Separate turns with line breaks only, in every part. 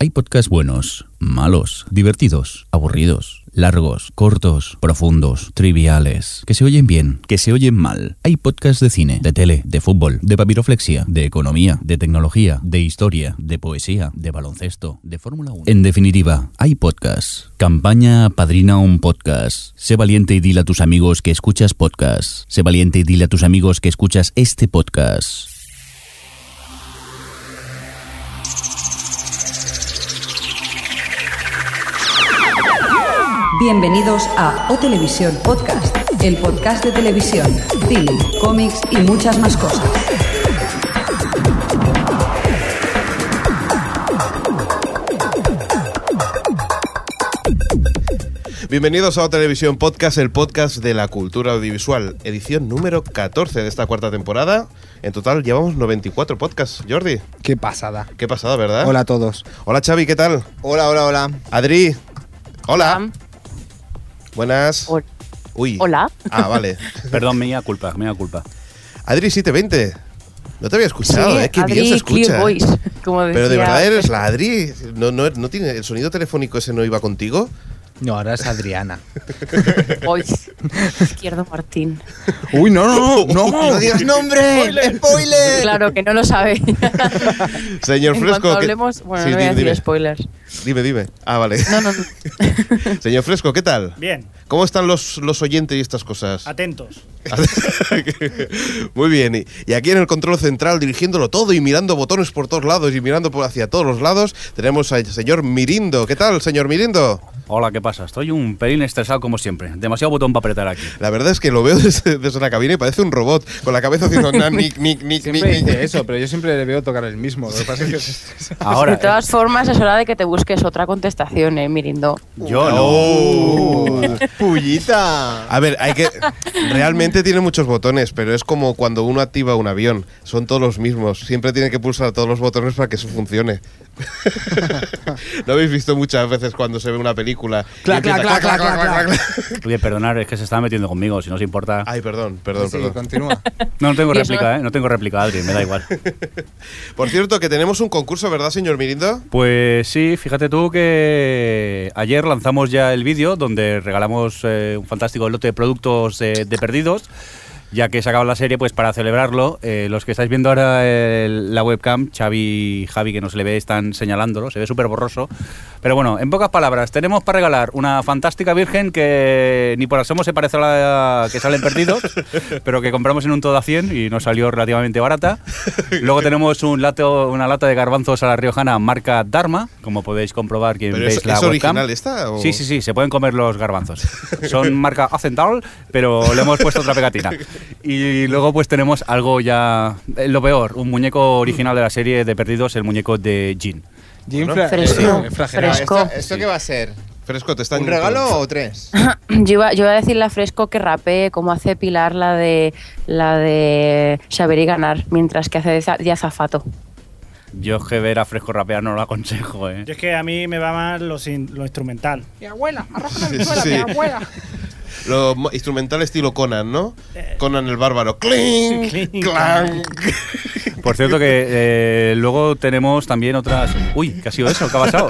Hay podcasts buenos, malos, divertidos, aburridos, largos, cortos, profundos, triviales, que se oyen bien, que se oyen mal. Hay podcasts de cine, de tele, de fútbol, de papiroflexia, de economía, de tecnología, de historia, de poesía, de baloncesto, de Fórmula 1. En definitiva, hay podcasts. Campaña Padrina un podcast. Sé valiente y dile a tus amigos que escuchas podcasts. Sé valiente y dile a tus amigos que escuchas este podcast.
Bienvenidos a O Televisión Podcast, el podcast de televisión, cine, cómics y muchas más cosas.
Bienvenidos a Televisión Podcast, el podcast de la cultura audiovisual, edición número 14 de esta cuarta temporada. En total llevamos 94 podcasts, Jordi.
Qué pasada.
Qué pasada, ¿verdad?
Hola a todos.
Hola, Xavi, ¿qué tal?
Hola, hola, hola.
Adri. Hola. Buenas.
Hol-
Uy.
Hola.
Ah, vale.
Perdón, mea culpa, mea culpa.
Adri 720. No te había escuchado,
Sí,
¿eh? Qué
Adri,
bien se
Clear
escucha.
voice, como decía.
Pero de verdad eres la Adri. No, no, no tiene, ¿El sonido telefónico ese no iba contigo?
No, ahora es Adriana.
Voice. Izquierdo Martín.
Uy, no, no, no.
No digas
nombre. Spoiler.
Claro que no lo sabe.
Señor
en
Fresco.
cuanto
¿qué-
hablemos, bueno,
Sí,
no voy a
dime,
decir
dime.
spoilers.
Dime, dime. Ah, vale.
No, no, no.
Señor Fresco, ¿qué tal?
Bien,
¿Cómo están los, los oyentes y estas cosas?
atentos.
Muy bien, y, y aquí en el control central, dirigiéndolo todo y mirando botones por todos lados y mirando por hacia todos los lados, tenemos al señor Mirindo. ¿Qué tal, señor Mirindo?
Hola, ¿qué pasa? Estoy un pelín estresado como siempre. Demasiado botón para apretar aquí.
La verdad es que lo veo desde, desde la cabina y parece un robot, con la cabeza haciendo na, nic, nic, nic, nic,
Siempre
nic.
dice eso, pero yo siempre le veo tocar el mismo. Lo que pasa es que-
Ahora,
de todas formas, es hora de que te busques otra contestación, eh, Mirindo.
yo
Oh.
¡Pullita!
A ver, hay que. Realmente tiene muchos botones, pero es como cuando uno activa un avión. Son todos los mismos. Siempre tiene que pulsar todos los botones para que eso funcione. ¿No habéis visto muchas veces cuando se ve una película? y
Clac,
empieza
clac, clac, clac, clac,
no. Oye, perdonar, es que se está metiendo conmigo, si no os importa.
Ay, perdón, perdón,
Sí,
perdón.
continúa.
No, no tengo
Y eso-
réplica, ¿eh? No tengo réplica, Adri, me da igual.
Por cierto, que tenemos un concurso, ¿verdad, señor Mirindo?
Pues sí, fíjate tú que ayer lanzamos ya el vídeo donde regalamos eh, un fantástico lote de productos eh, de perdidos. Ya que se acaba la serie, pues para celebrarlo, eh, los que estáis viendo ahora el- la webcam, Xavi y Javi, que no se le ve, están señalándolo, se ve súper borroso. Pero bueno, en pocas palabras, tenemos para regalar una fantástica virgen que ni por asomo se parece a la que salen perdidos, pero que compramos en un todo a 100 y nos salió relativamente barata. Luego tenemos un lato, una lata de garbanzos a la riojana marca Dharma, como podéis comprobar quien
¿Pero
veis
es,
la
¿es
webcam.
original esta? o-
Sí, sí, sí, se pueden comer los garbanzos. Son marca Acental, pero le hemos puesto otra pegatina. Y luego pues tenemos algo ya, eh, lo peor, un muñeco original de la serie de Perdidos, el muñeco de Jean.
Jim
Bueno,
Fra-
fresco,
eh, Fragerado.
fresco.
¿Esto, esto qué va a ser?
Fresco, te están.
¿Un regalo o tres?
Yo iba, yo iba a decirle a Fresco que rapee como hace Pilar la de la de saber y ganar, mientras que hace de, za- de azafato.
Yo es que ver a Fresco rapear no lo aconsejo, ¿eh?
Yo es que a mí me va más lo, sin- lo instrumental.
Sí, sí. Lo mo- instrumental estilo Conan, ¿no? Conan el bárbaro. ¡Cling!
Sí, cling,
¡Clang!
Por cierto que eh, luego tenemos también otras... Uy, ¿qué ha sido eso? ¿Qué ha pasado?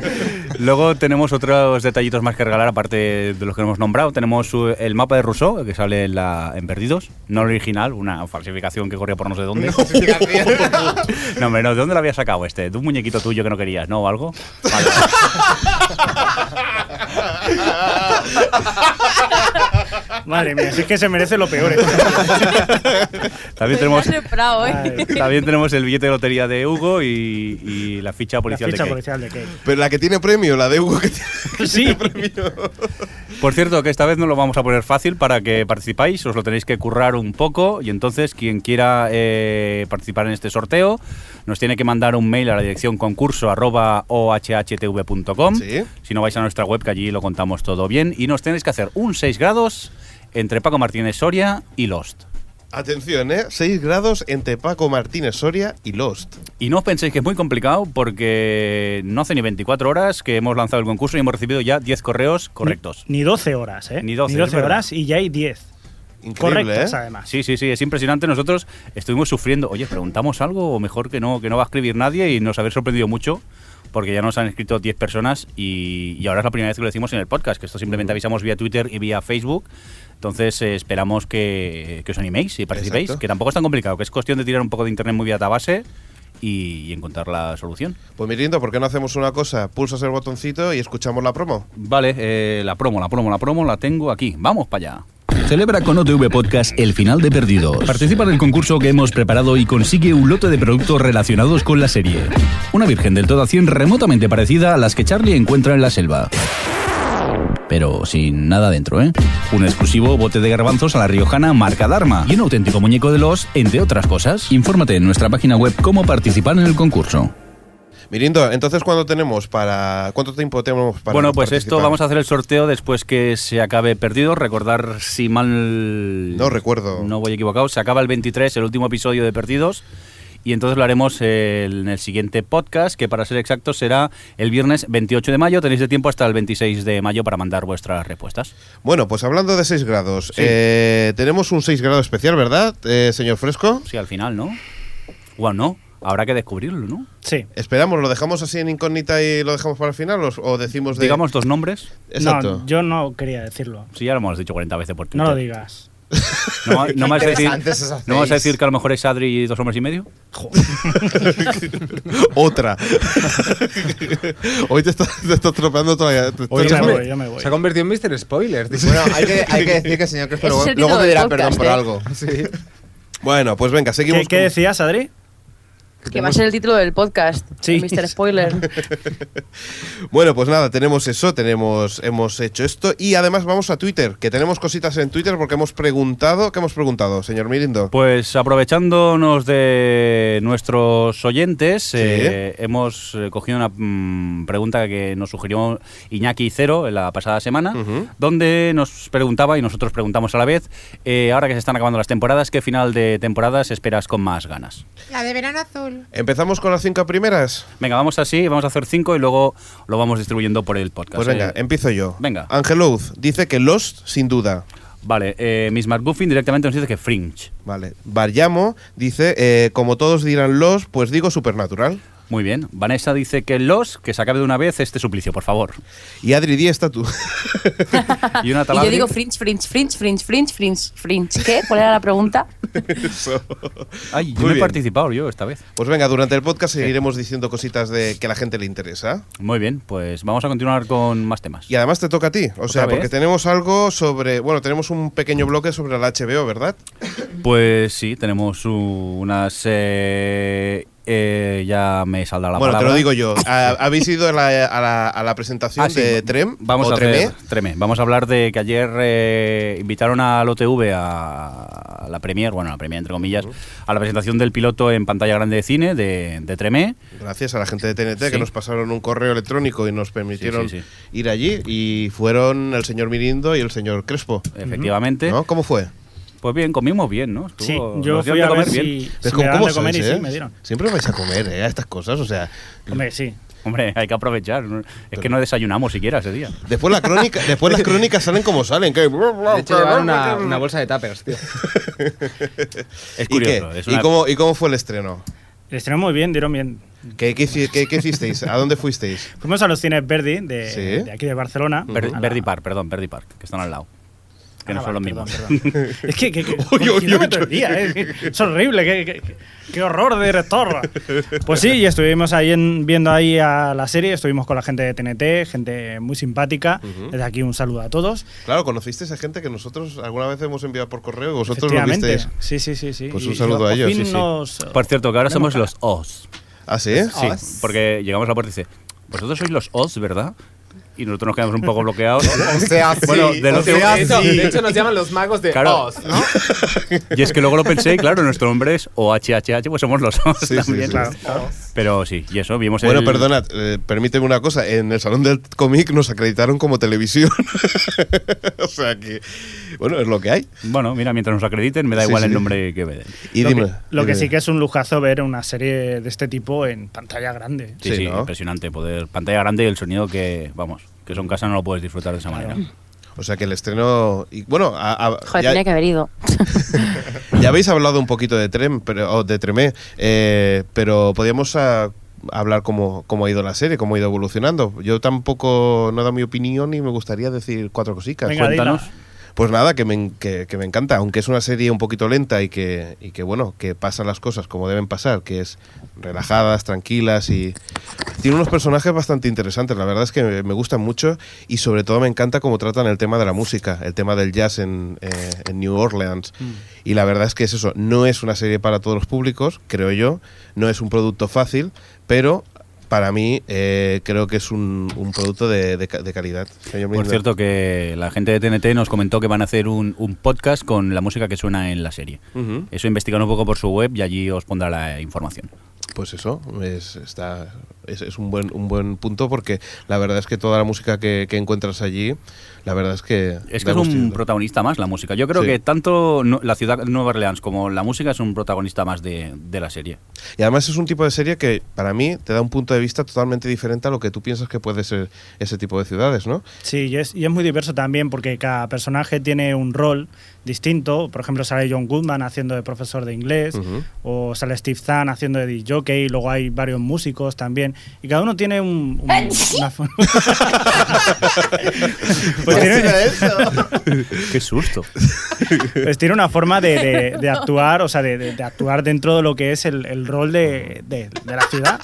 luego tenemos otros detallitos más que regalar, aparte de los que hemos nombrado. Tenemos eh, el mapa de Rousseau, que sale en, la, en Perdidos, no el original, una falsificación que corría por no sé dónde. No, hombre, no, ¿de dónde lo había sacado este? ¿De un muñequito tuyo que no querías, no? ¿O algo? Vale.
Madre mía, si es que se merece lo peor. ¿eh?
Pues
También tenemos,
eh.
Madre-
también tenemos el billete de lotería de Hugo y, y la ficha
La
policial
ficha
de Kate.
policial de Kate.
Pero la que tiene premio, la de Hugo que tiene
Sí,
premio.
Por cierto, que esta vez no lo vamos a poner fácil para que participáis, os lo tenéis que currar un poco y entonces quien quiera eh, participar en este sorteo nos tiene que mandar un mail a la dirección concurso arroba ohhtv.com.
Sí.
Si no vais a nuestra web que allí lo contamos todo bien y nos tenéis que hacer un 6 grados entre Paco Martínez Soria y Lost.
Atención, ¿eh? 6 grados entre Paco Martínez Soria y Lost.
Y no os penséis que es muy complicado porque no hace ni 24 horas que hemos lanzado el concurso y hemos recibido ya 10 correos correctos.
ni 12 horas, ¿eh?
Ni 12, es verdad.
horas y ya hay 10.
Increíble,
Correctas,
¿eh?
además.
Sí, sí, sí, es impresionante. Nosotros estuvimos sufriendo. Oye, preguntamos algo o mejor que no, que no va a escribir nadie y nos habéis sorprendido mucho porque ya nos han escrito 10 personas y, y ahora es la primera vez que lo decimos en el podcast, que esto simplemente avisamos vía Twitter y vía Facebook. Entonces eh, esperamos que, que os animéis y participéis,
Exacto.
que tampoco es tan complicado, que es cuestión de tirar un poco de internet muy a base y, y encontrar la solución.
Pues mirindo, ¿por qué no hacemos una cosa? Pulsas el botoncito y escuchamos la promo.
Vale, eh, la promo, la promo, la promo la tengo aquí. Vamos para allá.
Celebra con OTV Podcast el final de Perdidos. Participa del concurso que hemos preparado y consigue un lote de productos relacionados con la serie. Una virgen del todo a 100 remotamente parecida a las que Charlie encuentra en la selva. Pero sin nada dentro, ¿eh? Un exclusivo bote de garbanzos a la riojana marca Dharma y un auténtico muñeco de los, entre otras cosas. Infórmate en nuestra página web cómo participar en el concurso.
Mirindo, entonces, ¿cuándo tenemos para. ¿Cuánto tiempo tenemos para.?
bueno, pues esto vamos
a.
a hacer el sorteo después que se acabe perdido. Recordar si mal.
No recuerdo.
No voy equivocado. Se acaba el 23, el último episodio de Perdidos. Y entonces lo haremos eh, en el siguiente podcast, que para ser exacto será el viernes 28 de mayo. Tenéis de tiempo hasta el 26 de mayo para mandar vuestras respuestas.
Bueno, pues hablando de 6 grados, eh, tenemos un 6 grado especial, ¿verdad, eh, señor Fresco?
Sí, al final, ¿no? Bueno, no. Habrá que descubrirlo, ¿no?
Sí.
Esperamos, ¿lo dejamos así en incógnita y lo dejamos para el final? ¿O, o decimos Pues de.?
Digamos dos nombres.
Exacto.
No, yo no quería decirlo.
Sí, ya lo hemos dicho 40 veces por Twitter.
No lo digas.
No, no me vas a decir,
interesantes esas
¿no me vas a
seis.
decir que a lo mejor es Adri y dos hombres y medio.
Otra. Hoy te estás te está tropeando todavía. te
Hoy
estás-
me voy, yo me voy.
Se ha convertido en Mr. Spoiler. tío.
Bueno, hay que, hay que decir que el señor Crespo
Ese es el título
luego, luego te
del
dirá
podcast,
perdón por
¿eh?
algo.
Sí.
Bueno, pues venga, seguimos.
¿Qué, qué
con-
decías, Adri?
Que va a ser el título del podcast.
Sí.
Mr. Spoiler.
Bueno, pues nada, tenemos eso, tenemos, hemos hecho esto y además vamos a Twitter, que tenemos cositas en Twitter porque hemos preguntado, ¿qué hemos preguntado, señor Mirindo?
Pues aprovechándonos de nuestros oyentes, eh, hemos eh, cogido una mm, pregunta que nos sugirió Iñaki Cero en la pasada semana,
Ujú.
donde nos preguntaba y nosotros preguntamos a la vez, eh, ahora que se están acabando las temporadas, ¿qué final de temporadas esperas con más ganas?
La de verano azul.
Empezamos con las cinco primeras.
Venga, vamos así, vamos a hacer cinco y luego lo vamos distribuyendo por el podcast.
Pues venga,
eh.
empiezo yo.
venga.
Angelouz dice que Lost, sin duda.
Vale, eh, Miss McGuffin directamente nos dice que Fringe.
Vale. Baryamo dice, eh, como todos dirán Lost, pues digo Supernatural.
Muy bien. Vanessa dice que los, que se acabe de una vez este suplicio, por favor.
Y Adri Díez está tú.
Y una
Y yo
taladri-
digo fringe, fringe, fringe, fringe, fringe, fringe, fringe. ¿Qué? ¿Cuál era la pregunta?
Ay,
Muy
yo no he
bien.
participado yo esta vez.
Pues venga, durante el podcast seguiremos diciendo cositas de que a la gente le interesa.
Muy bien, pues vamos a continuar con más temas.
Y además te toca a ti, o sea,
vez?
porque tenemos algo sobre, bueno, tenemos un pequeño bloque sobre la HBO, ¿verdad?
Pues sí, tenemos u- unas... eh, eh, ya me saldrá la
bueno,
palabra.
te lo digo yo. Ha- Habéis ido a la, a la- a la presentación
Ah, sí,
de Trem.
Vamos
o
a
Tremé.
hacer- Tremé. Vamos a hablar de que ayer eh, invitaron al OTV a, a la premier, bueno, a la premier entre comillas, a la presentación del piloto en pantalla grande de cine de, de Tremé.
Gracias a la gente de TNT
Sí.
que nos pasaron un correo electrónico y nos permitieron
Sí, sí, sí.
ir allí. Y fueron el señor Mirindo y el señor Crespo.
Efectivamente.
¿no? ¿Cómo fue?
Pues bien, comimos bien, ¿no? Estuvo-
Sí, yo
nos dieron
fui
de
a
comer
ver
bien.
si,
Es
si
como,
me daban
¿cómo
de comer
sois,
y
eh?
sí, me dieron.
Siempre vais a comer, ¿eh? A estas cosas, o sea.
Hombre, sí.
Hombre, hay que aprovechar. ¿no? Es que no desayunamos siquiera ese día.
Después, la crónica, después las crónicas salen como salen. Que...
De hecho, llevan una, una bolsa de tuppers, tío.
Es
¿Y, qué?
curioso. es
¿Y,
una-
cómo, ¿Y cómo fue el estreno?
El estreno muy bien, dieron bien.
¿Qué, qué hici- qué- qué hicisteis? ¿A dónde fuisteis?
Fuimos a los cines Verdi de,
Sí.
de aquí de Barcelona.
Ver-
A la-
Verdi Park, perdón, Verdi Park, que están al lado. Que no
Ah,
son
vale,
los mismos.
perdón, perdón. es que, que, que
Uy, uy, uy,
kilómetros el día, ¿eh? es horrible, qué, qué- qué horror de director. Pues sí, y estuvimos ahí en- viendo ahí a la serie, estuvimos con la gente de TNT, gente muy simpática. Desde aquí un saludo a todos.
Claro, conocisteis a gente que nosotros alguna vez hemos enviado por correo y vosotros lo
Efectivamente.
visteis.
Sí, sí, sí, sí.
Pues
Y
un saludo a
por
ellos,
fin
sí, sí.
nos-
Por cierto, que ahora somos los Oz.
¿Ah, sí?
Sí, porque llegamos a la puerta y dice, vosotros sois los Oz, ¿verdad? Y nosotros nos quedamos un poco bloqueados.
O sea, sí.
Bueno, de
O
los
sea,
que-
eso, de hecho, nos llaman los magos de
Claro.
Oz, ¿no?
Y es que luego lo pensé, y claro, nuestro nombre es OHHH, pues somos los Oz
Sí, sí,
también.
sí.
Pero sí, y eso, vimos
Bueno,
el-
perdonad, eh, permíteme una cosa. En el Salón del Cómic nos acreditaron como televisión. o sea que, bueno, es lo que hay.
Bueno, mira, mientras nos acrediten, me da
Sí,
igual
sí.
el nombre que me den.
Y
lo
dime.
que, lo que
dime.
sí que es un lujazo ver una serie de este tipo en pantalla grande.
Sí,
Sí,
sí,
¿no?
impresionante poder. Pantalla grande y el sonido que, vamos, que son casa no lo puedes disfrutar de esa manera.
O sea que el estreno. Y, bueno, a- a-
Joder,
ya,
tenía que haber ido.
ya habéis hablado un poquito de Trem, pero, o de Tremé, eh, pero podríamos ah, hablar cómo, cómo ha ido la serie, cómo ha ido evolucionando. Yo tampoco no he dado mi opinión y me gustaría decir cuatro cositas.
Venga, dila.
cuéntanos.
Pues nada, que me, en- que, que me encanta, aunque es una serie un poquito lenta y que, y que, bueno, que pasan las cosas como deben pasar, que es relajadas, tranquilas y... Tiene unos personajes bastante interesantes, la verdad es que me, me gustan mucho y sobre todo me encanta cómo tratan el tema de la música, el tema del jazz en, eh, en New Orleans.
Mm.
Y la verdad es que es eso, no es una serie para todos los públicos, creo yo, no es un producto fácil, pero... Para mí, eh, creo que es un, un producto de, de ca- de calidad. Señor
Por
Miller.
cierto, que la gente de TNT nos comentó que van a hacer un, un podcast con la música que suena en la serie.
Ujú.
Eso investigan un poco por su web y allí os pondrá la información.
Pues eso, es, está, es, es un, buen, un buen punto porque la verdad es que toda la música que, que encuentras allí, la verdad es que...
Es que
da
es un
gustito.
protagonista más la música. Yo creo
Sí.
que tanto no- la ciudad de Nueva Orleans como la música es un protagonista más de, de la serie.
Y además es un tipo de serie que para mí te da un punto de vista totalmente diferente a lo que tú piensas que puede ser ese tipo de ciudades, ¿no?
Sí, y es, y es muy diverso también porque cada personaje tiene un rol distinto. Por ejemplo, sale John Goodman haciendo de profesor de inglés,
Ujú.
o sale Steve Zahn haciendo de DJ jockey, y luego hay varios músicos también. Y cada uno tiene un. un- una for- pues, tiene,
¡Qué susto!
pues tiene una forma de, de- de actuar, o sea, de, de- de actuar dentro de lo que es el, el rol de, de- de la ciudad.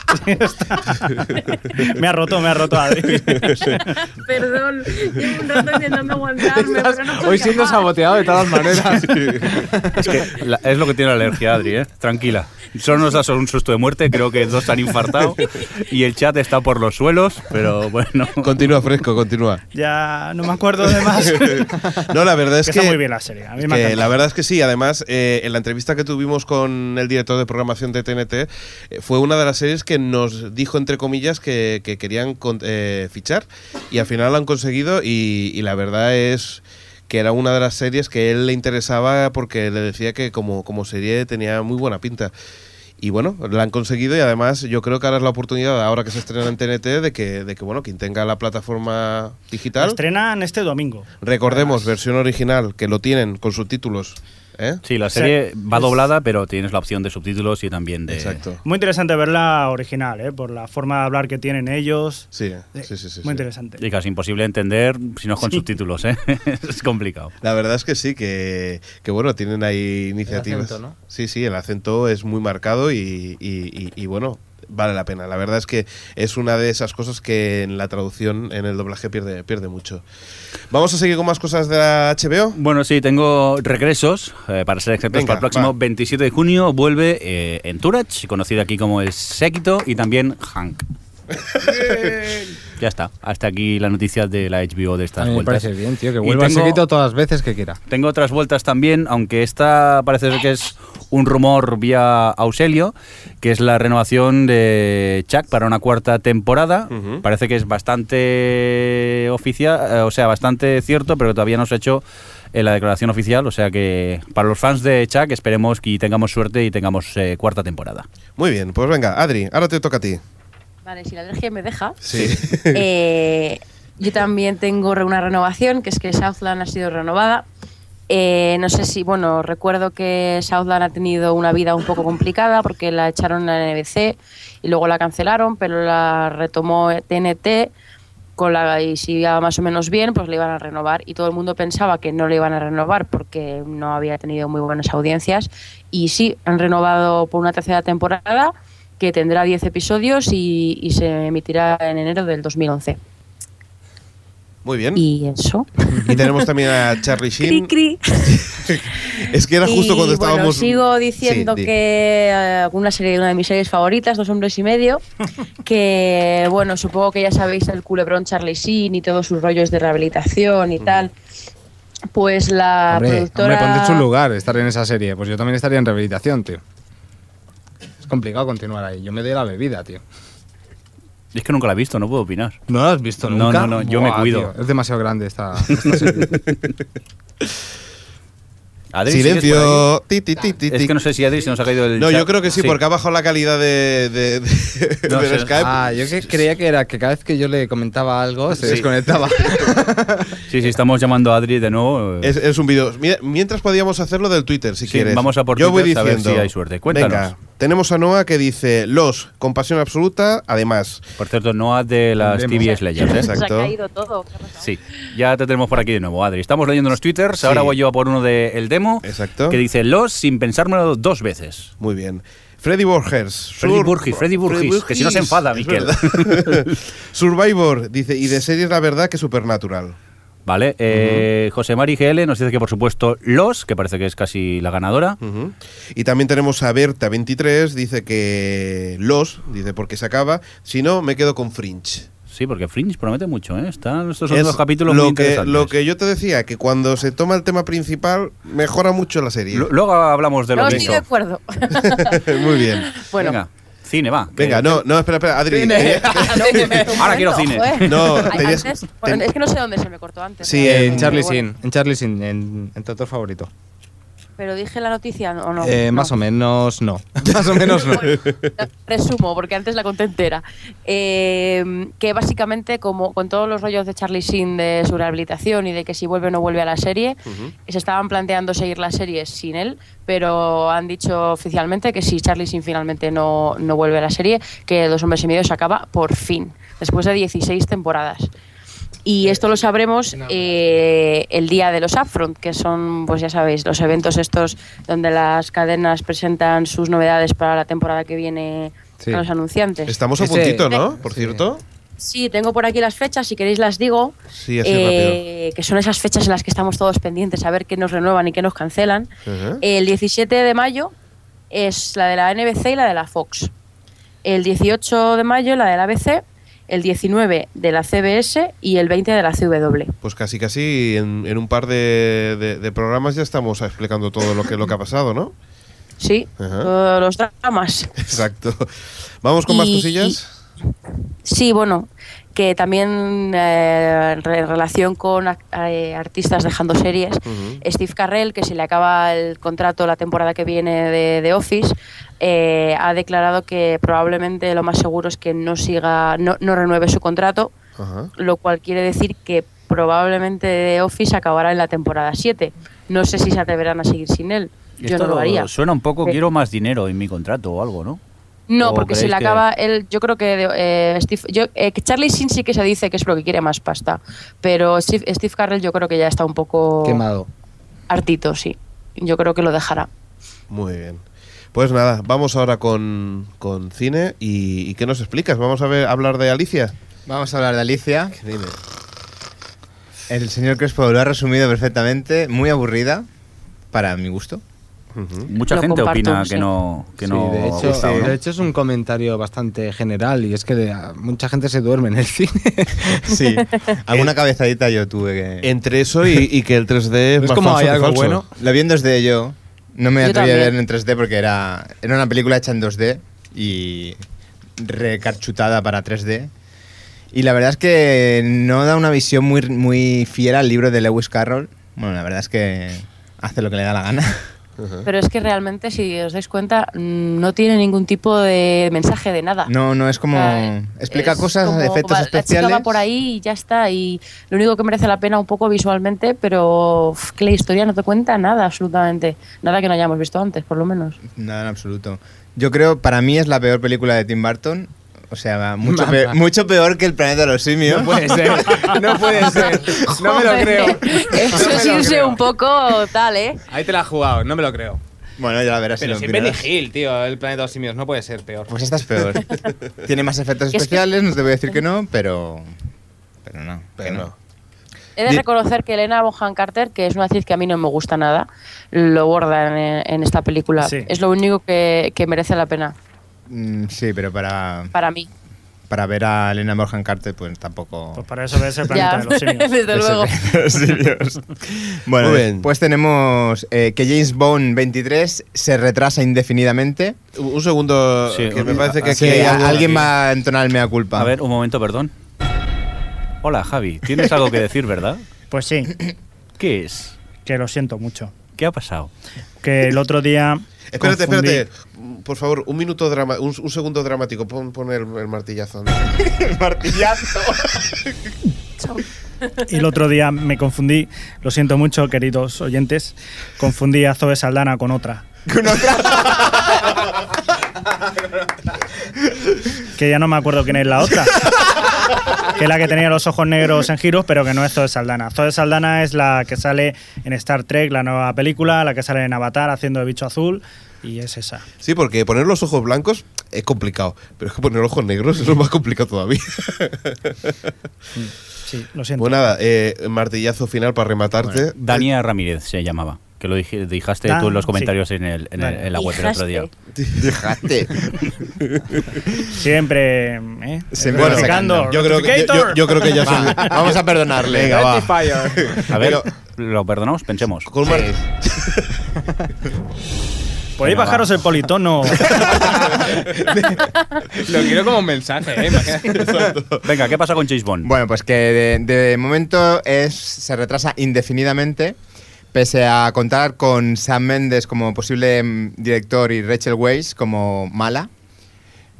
me ha roto, me ha roto. Adri.
Perdón, llevo un rato intentando aguantarme.
Estás
pero no soy
hoy siendo
capaz.
saboteado de todas maneras.
Es que la- es lo que tiene la alergia, Adri, ¿eh? Tranquila. Solo nos da solo un susto de muerte, creo que dos se han infartado y el chat está por los suelos, pero bueno.
Continúa fresco, continúa.
Ya no me acuerdo de más.
No, la verdad es
que
que...
está muy bien la serie. A mí me
que
ha encantado.
la verdad es que sí, además eh, en la entrevista que tuvimos con el director de programación de TNT eh, fue una de las series que nos dijo entre comillas que, que querían con- eh, fichar y al final lo han conseguido y, y la verdad es que era una de las series que él le interesaba porque le decía que como, como serie tenía muy buena pinta. Y bueno, la han conseguido y además yo creo que ahora es la oportunidad, ahora que se estrena en TNT, de que, de que bueno, quien tenga la plataforma
Lo
digital,
Estrenan este domingo.
recordemos, versión original, que lo tienen con subtítulos. ¿eh?
Sí, la
O sea,
serie va
es-
doblada, pero tienes la opción de subtítulos y también de...
Exacto.
Muy interesante verla original, ¿eh? por la forma de hablar que tienen ellos.
Sí, sí, sí, sí. sí.
Muy interesante.
Y casi imposible entender si no es con subtítulos, ¿eh? es complicado.
La verdad es que sí, que, que bueno, tienen ahí iniciativas.
acento, ¿no?
Sí, sí, el acento es muy marcado y, y- y- y, bueno, vale la pena. La verdad es que es una de esas cosas que en la traducción, en el doblaje, pierde, pierde mucho. Vamos a seguir con más cosas de la HBO.
Bueno, sí, tengo regresos, eh, para ser exactos,
Venga,
para el próximo
va.
27 de junio vuelve eh, Entourage, conocida aquí como El Séquito, y también Hank. ya está, hasta aquí la noticia de la HBO de
A
estas
mí me
vueltas.
parece bien, tío, que
Y
vuelva a
tengo-
seguito todas las veces que quiera.
Tengo otras vueltas también, aunque esta parece ser que es un rumor vía Auselio, que es la renovación de Chuck para una cuarta temporada.
Ujú.
Parece que es bastante oficial, eh, o sea, bastante cierto, pero todavía no se ha hecho eh, la declaración oficial. O sea que para los fans de Chuck esperemos que tengamos suerte y tengamos eh, cuarta temporada.
Muy bien, pues venga, Adri, ahora te toca a ti.
Vale, si la alergia me deja.
Sí.
Eh, yo también tengo re- una renovación, que es que Southland ha sido renovada. Eh, no sé si, bueno, recuerdo que Southland ha tenido una vida un poco complicada porque la echaron a la NBC y luego la cancelaron, pero la retomó TNT con la, y si iba más o menos bien, pues le iban a renovar. Y todo el mundo pensaba que no le iban a renovar porque no había tenido muy buenas audiencias. Y sí, han renovado por una tercera temporada que tendrá 10 episodios y, y se emitirá en enero del 2011.
Muy bien. Y,
Y eso.
tenemos también a Charlie
Mm. Cri,
Sheen.
cri.
Es que era justo
Y,
cuando
bueno,
estábamos.
sigo diciendo
Sí, di.
que eh, una serie, una de mis series favoritas, Dos Hombres y Medio, que bueno, supongo que ya sabéis el culebrón Charlie Sheen y todos sus rollos de rehabilitación y tal. Pues la
hombre,
productora.
hombre, ponte en su lugar estar en esa serie. Pues yo también estaría en rehabilitación, tío. Es complicado continuar ahí. Yo me doy la bebida, tío.
Y Es que nunca la he visto, no puedo opinar.
¿No lo has visto
No,
nunca?
no, no, yo me cuido.
tío, es demasiado grande esta, esta serie.
Adri, ¿sigues por ahí?
Silencio. Ti, ti, ti, ti,
Es
ti.
que no sé si Adri se nos ha caído el.
No,
chat.
yo creo que sí, porque ha bajado la calidad de, de- de-
No,
del
sí.
Skype.
ah, yo que creía que era que cada vez que yo le comentaba algo se desconectaba.
Sí, sí, estamos llamando a Adri de nuevo. eh,
Es, es un vídeo. Mira, Mientras podíamos hacerlo del Twitter, si
Sí,
quieres.
vamos a por
Yo voy
Twitter a ver
diciendo.
si hay suerte. Cuéntanos.
Venga, Tenemos a Noah que dice Los, con pasión absoluta, además.
Por cierto, Noah de las
Volvemos.
TVS Legends. ¿eh?
Exacto.
Se ha caído todo. ¿qué ha pasado?
Sí, ya te tenemos por aquí de nuevo, Adri. Estamos leyendo los twitters, ahora
Sí.
voy yo a por uno del el demo
Exacto.
que dice los sin pensármelo dos veces.
Muy bien. Freddy Borges.
Freddy
Sur-
Burgis, Freddy Burgis, que si no se enfada,
es
Miquel.
verdad. Survivor dice, y de series la verdad que Supernatural.
Vale, eh, José Mari GL nos dice que por supuesto los, que parece que es casi la ganadora.
Ujú. Y también tenemos a Berta23, dice que los, dice porque se acaba, si no me quedo con Fringe.
Sí, porque Fringe promete mucho, ¿eh? Están estos son
Es
dos capítulos
lo
muy
que,
interesantes.
Lo que yo te decía, que cuando se toma el tema principal, mejora mucho la serie.
L- Luego hablamos de lo
No
que
estoy de
hizo.
acuerdo.
Muy bien.
bueno,
Venga, cine, va. que-
Venga, no, no, espera, espera, Adri. eh,
Ahora quiero cine.
joder.
No,
Ay,
tenías-
antes- ¿eh? bueno,
ten-
es que no sé dónde se me cortó antes.
Sí,
¿no?
En
Pero
Charlie
bueno,
Sin, en Charlie Sin, en, en tu autor favorito.
Pero dije la noticia o no.
Eh,
No.
Más o menos no. Más o menos no.
La Resumo, porque antes la conté entera. Eh, que básicamente, como con todos los rollos de Charlie Sin de su rehabilitación y de que si vuelve o no vuelve a la serie, se estaban planteando seguir la serie sin él, pero han dicho oficialmente que si Charlie Sin finalmente no, no vuelve a la serie, que Dos Hombres y Medio se acaba por fin, después de 16 temporadas. Y esto lo sabremos eh, el día de los Upfront, que son, pues ya sabéis, los eventos estos donde las cadenas presentan sus novedades para la temporada que viene
Sí.
a los anunciantes.
estamos a
Ese-
puntito, ¿no? Por
Sí.
cierto.
Sí, tengo por aquí las fechas, si queréis las digo,
Sí, así
eh, que son esas fechas en las que estamos todos pendientes a ver qué nos renuevan y qué nos cancelan.
rápido. Ajá.
El 17 de mayo es la de la NBC y la de la Fox. El 18 de mayo la de la ABC, el 19 de la CBS y el 20 de la CW.
Pues casi, casi en, en un par de, de- de programas ya estamos explicando todo lo que, lo que ha pasado, ¿no?
Sí,
Ajá.
todos los dramas.
Exacto. Vamos con más
Y-
cosillas.
Sí, bueno, que también eh, re- en relación con ac- eh, artistas dejando series, Steve Carrell, que se le acaba el contrato la temporada que viene de The Office, eh, ha declarado que probablemente lo más seguro es que no siga, no, no renueve su contrato,
Ajá.
lo cual quiere decir que probablemente The Office acabará en la temporada 7. No sé si se atreverán a seguir sin él. Yo
Esto
no lo haría.
Suena un poco,
Sí.
quiero más dinero en mi contrato o algo, ¿no?
No,
¿O
porque si
creéis
le
que-
acaba él, yo creo que eh, Steve, yo, eh, que Charlie Sin sí que se dice que es lo que quiere más pasta, pero Steve, Steve Carrell yo creo que ya está un poco
Quemado.
hartito, sí. Yo creo que lo dejará.
Muy bien. Pues nada, vamos ahora con, con cine. Y, y qué nos explicas? Vamos a ver, a hablar de Alicia.
Vamos a hablar de Alicia.
Dime.
El señor Crespo lo ha resumido perfectamente. Muy aburrida, para mi gusto.
Ujú.
Mucha
Lo
gente
comparto,
opina
sí.
que no, que
Sí,
no
de,
ha
hecho,
gustado,
sí,
¿no?
de hecho es un comentario bastante general y es que de- a- mucha gente se duerme en el cine.
Sí. Alguna cabezadita yo tuve que.
Entre eso y, y que el 3D es,
Es
más
como
falso
hay
que
algo
falso.
bueno.
La vi en 2D yo. No me
Yo
atreví a ver
también.
en 3D porque era, era una película hecha en 2D y recarchutada para 3D. Y la verdad es que no da una visión muy, muy fiel al libro de Lewis Carroll. Bueno, la verdad es que hace lo que le da la gana.
Pero es que realmente, si os dais cuenta, mm, no tiene ningún tipo de mensaje de nada.
No, no es como...
Ah,
Explica
es
cosas,
como,
efectos
va, La
especiales.
chica va por ahí y ya está. Y lo único que merece la pena un poco visualmente, pero uf, que la historia no te cuenta nada, absolutamente. Nada que no hayamos visto antes, por lo menos.
Nada en absoluto. Yo creo, para mí es la peor película de Tim Burton. O sea, va mucho, peor, mucho peor que El planeta de los simios.
ser, no puede ser. No me lo creo.
Eso
No me
es
lo
irse
creo.
un poco tal, ¿eh?
Ahí te la has jugado, no me lo creo.
Bueno, ya la verás
Pero
si
si
lo
es Benny
miras.
Hill, tío, el planeta de los simios, no puede ser peor.
Pues esta es peor. Tiene más efectos
Que es que-
especiales, no te voy a decir que no, pero. Pero no. que
Pero no.
He de
Di-
reconocer que Elena Bonham Carter, que es una actriz que a mí no me gusta nada, lo borda en, en esta película.
Sí.
Es lo único que, que merece la pena
Mm, sí, pero para,
para mí.
para ver a Elena Morgan Carter, pues tampoco.
Pues para eso ves el planeta de los simios.
desde luego.
Sí, Dios. bueno,
Muy bien.
después tenemos eh, que James Bond 23 se retrasa indefinidamente.
Un un segundo,
Sí,
que me
un-
parece que
Que
aquí Ah, hay algo-
alguien va a entonar el mea culpa.
A ver, un momento, perdón. Hola, Javi. Tienes algo que decir, ¿verdad?
Pues sí,
¿Qué es?
que lo siento mucho.
¿Qué ha pasado?
Que el otro día.
Espérate,
confundí-
espérate. Mm, Por favor, un minuto drama, un, un segundo dramático. Pon, pon el, el martillazo. anda.
martillazo.
El otro día me confundí, lo siento mucho, queridos oyentes, confundí a Zoe Saldana con otra.
Con otra.
Que ya no me acuerdo quién es la otra. que es la que tenía los ojos negros en giros, pero que no es Zoe Saldana. Zoe Saldana es la que sale en Star Trek, la nueva película, la que sale en Avatar haciendo de bicho azul, y es esa.
Sí, porque poner los ojos blancos es complicado, pero es que poner ojos negros es lo más complicado todavía.
Sí, lo siento.
pues nada, eh, martillazo final para rematarte.
Dania Ramírez se llamaba, que lo dij- dijiste
Ah,
tú en los
sí.
comentarios en, el, en, el-
Vale.
en la web el otro día.
Fijaste.
Dejate.
Siempre. ¿eh?
Se me
va
Rectificando,
Yo creo, que, yo, yo-
rectificator.
yo creo que ya
Va,
se-
vamos a perdonarle.
Venga, va.
A ver, ¿lo perdonamos? Pensemos.
Con mar-
Podéis
Venga,
bajaros
va.
el politono.
Lo quiero como un mensaje, ¿eh? Imagínate.
Venga, ¿qué pasa con James Bond?
Bueno, pues que de, de momento es, se retrasa indefinidamente, pese a contar con Sam Mendes como posible mm, director y Rachel Weisz como mala.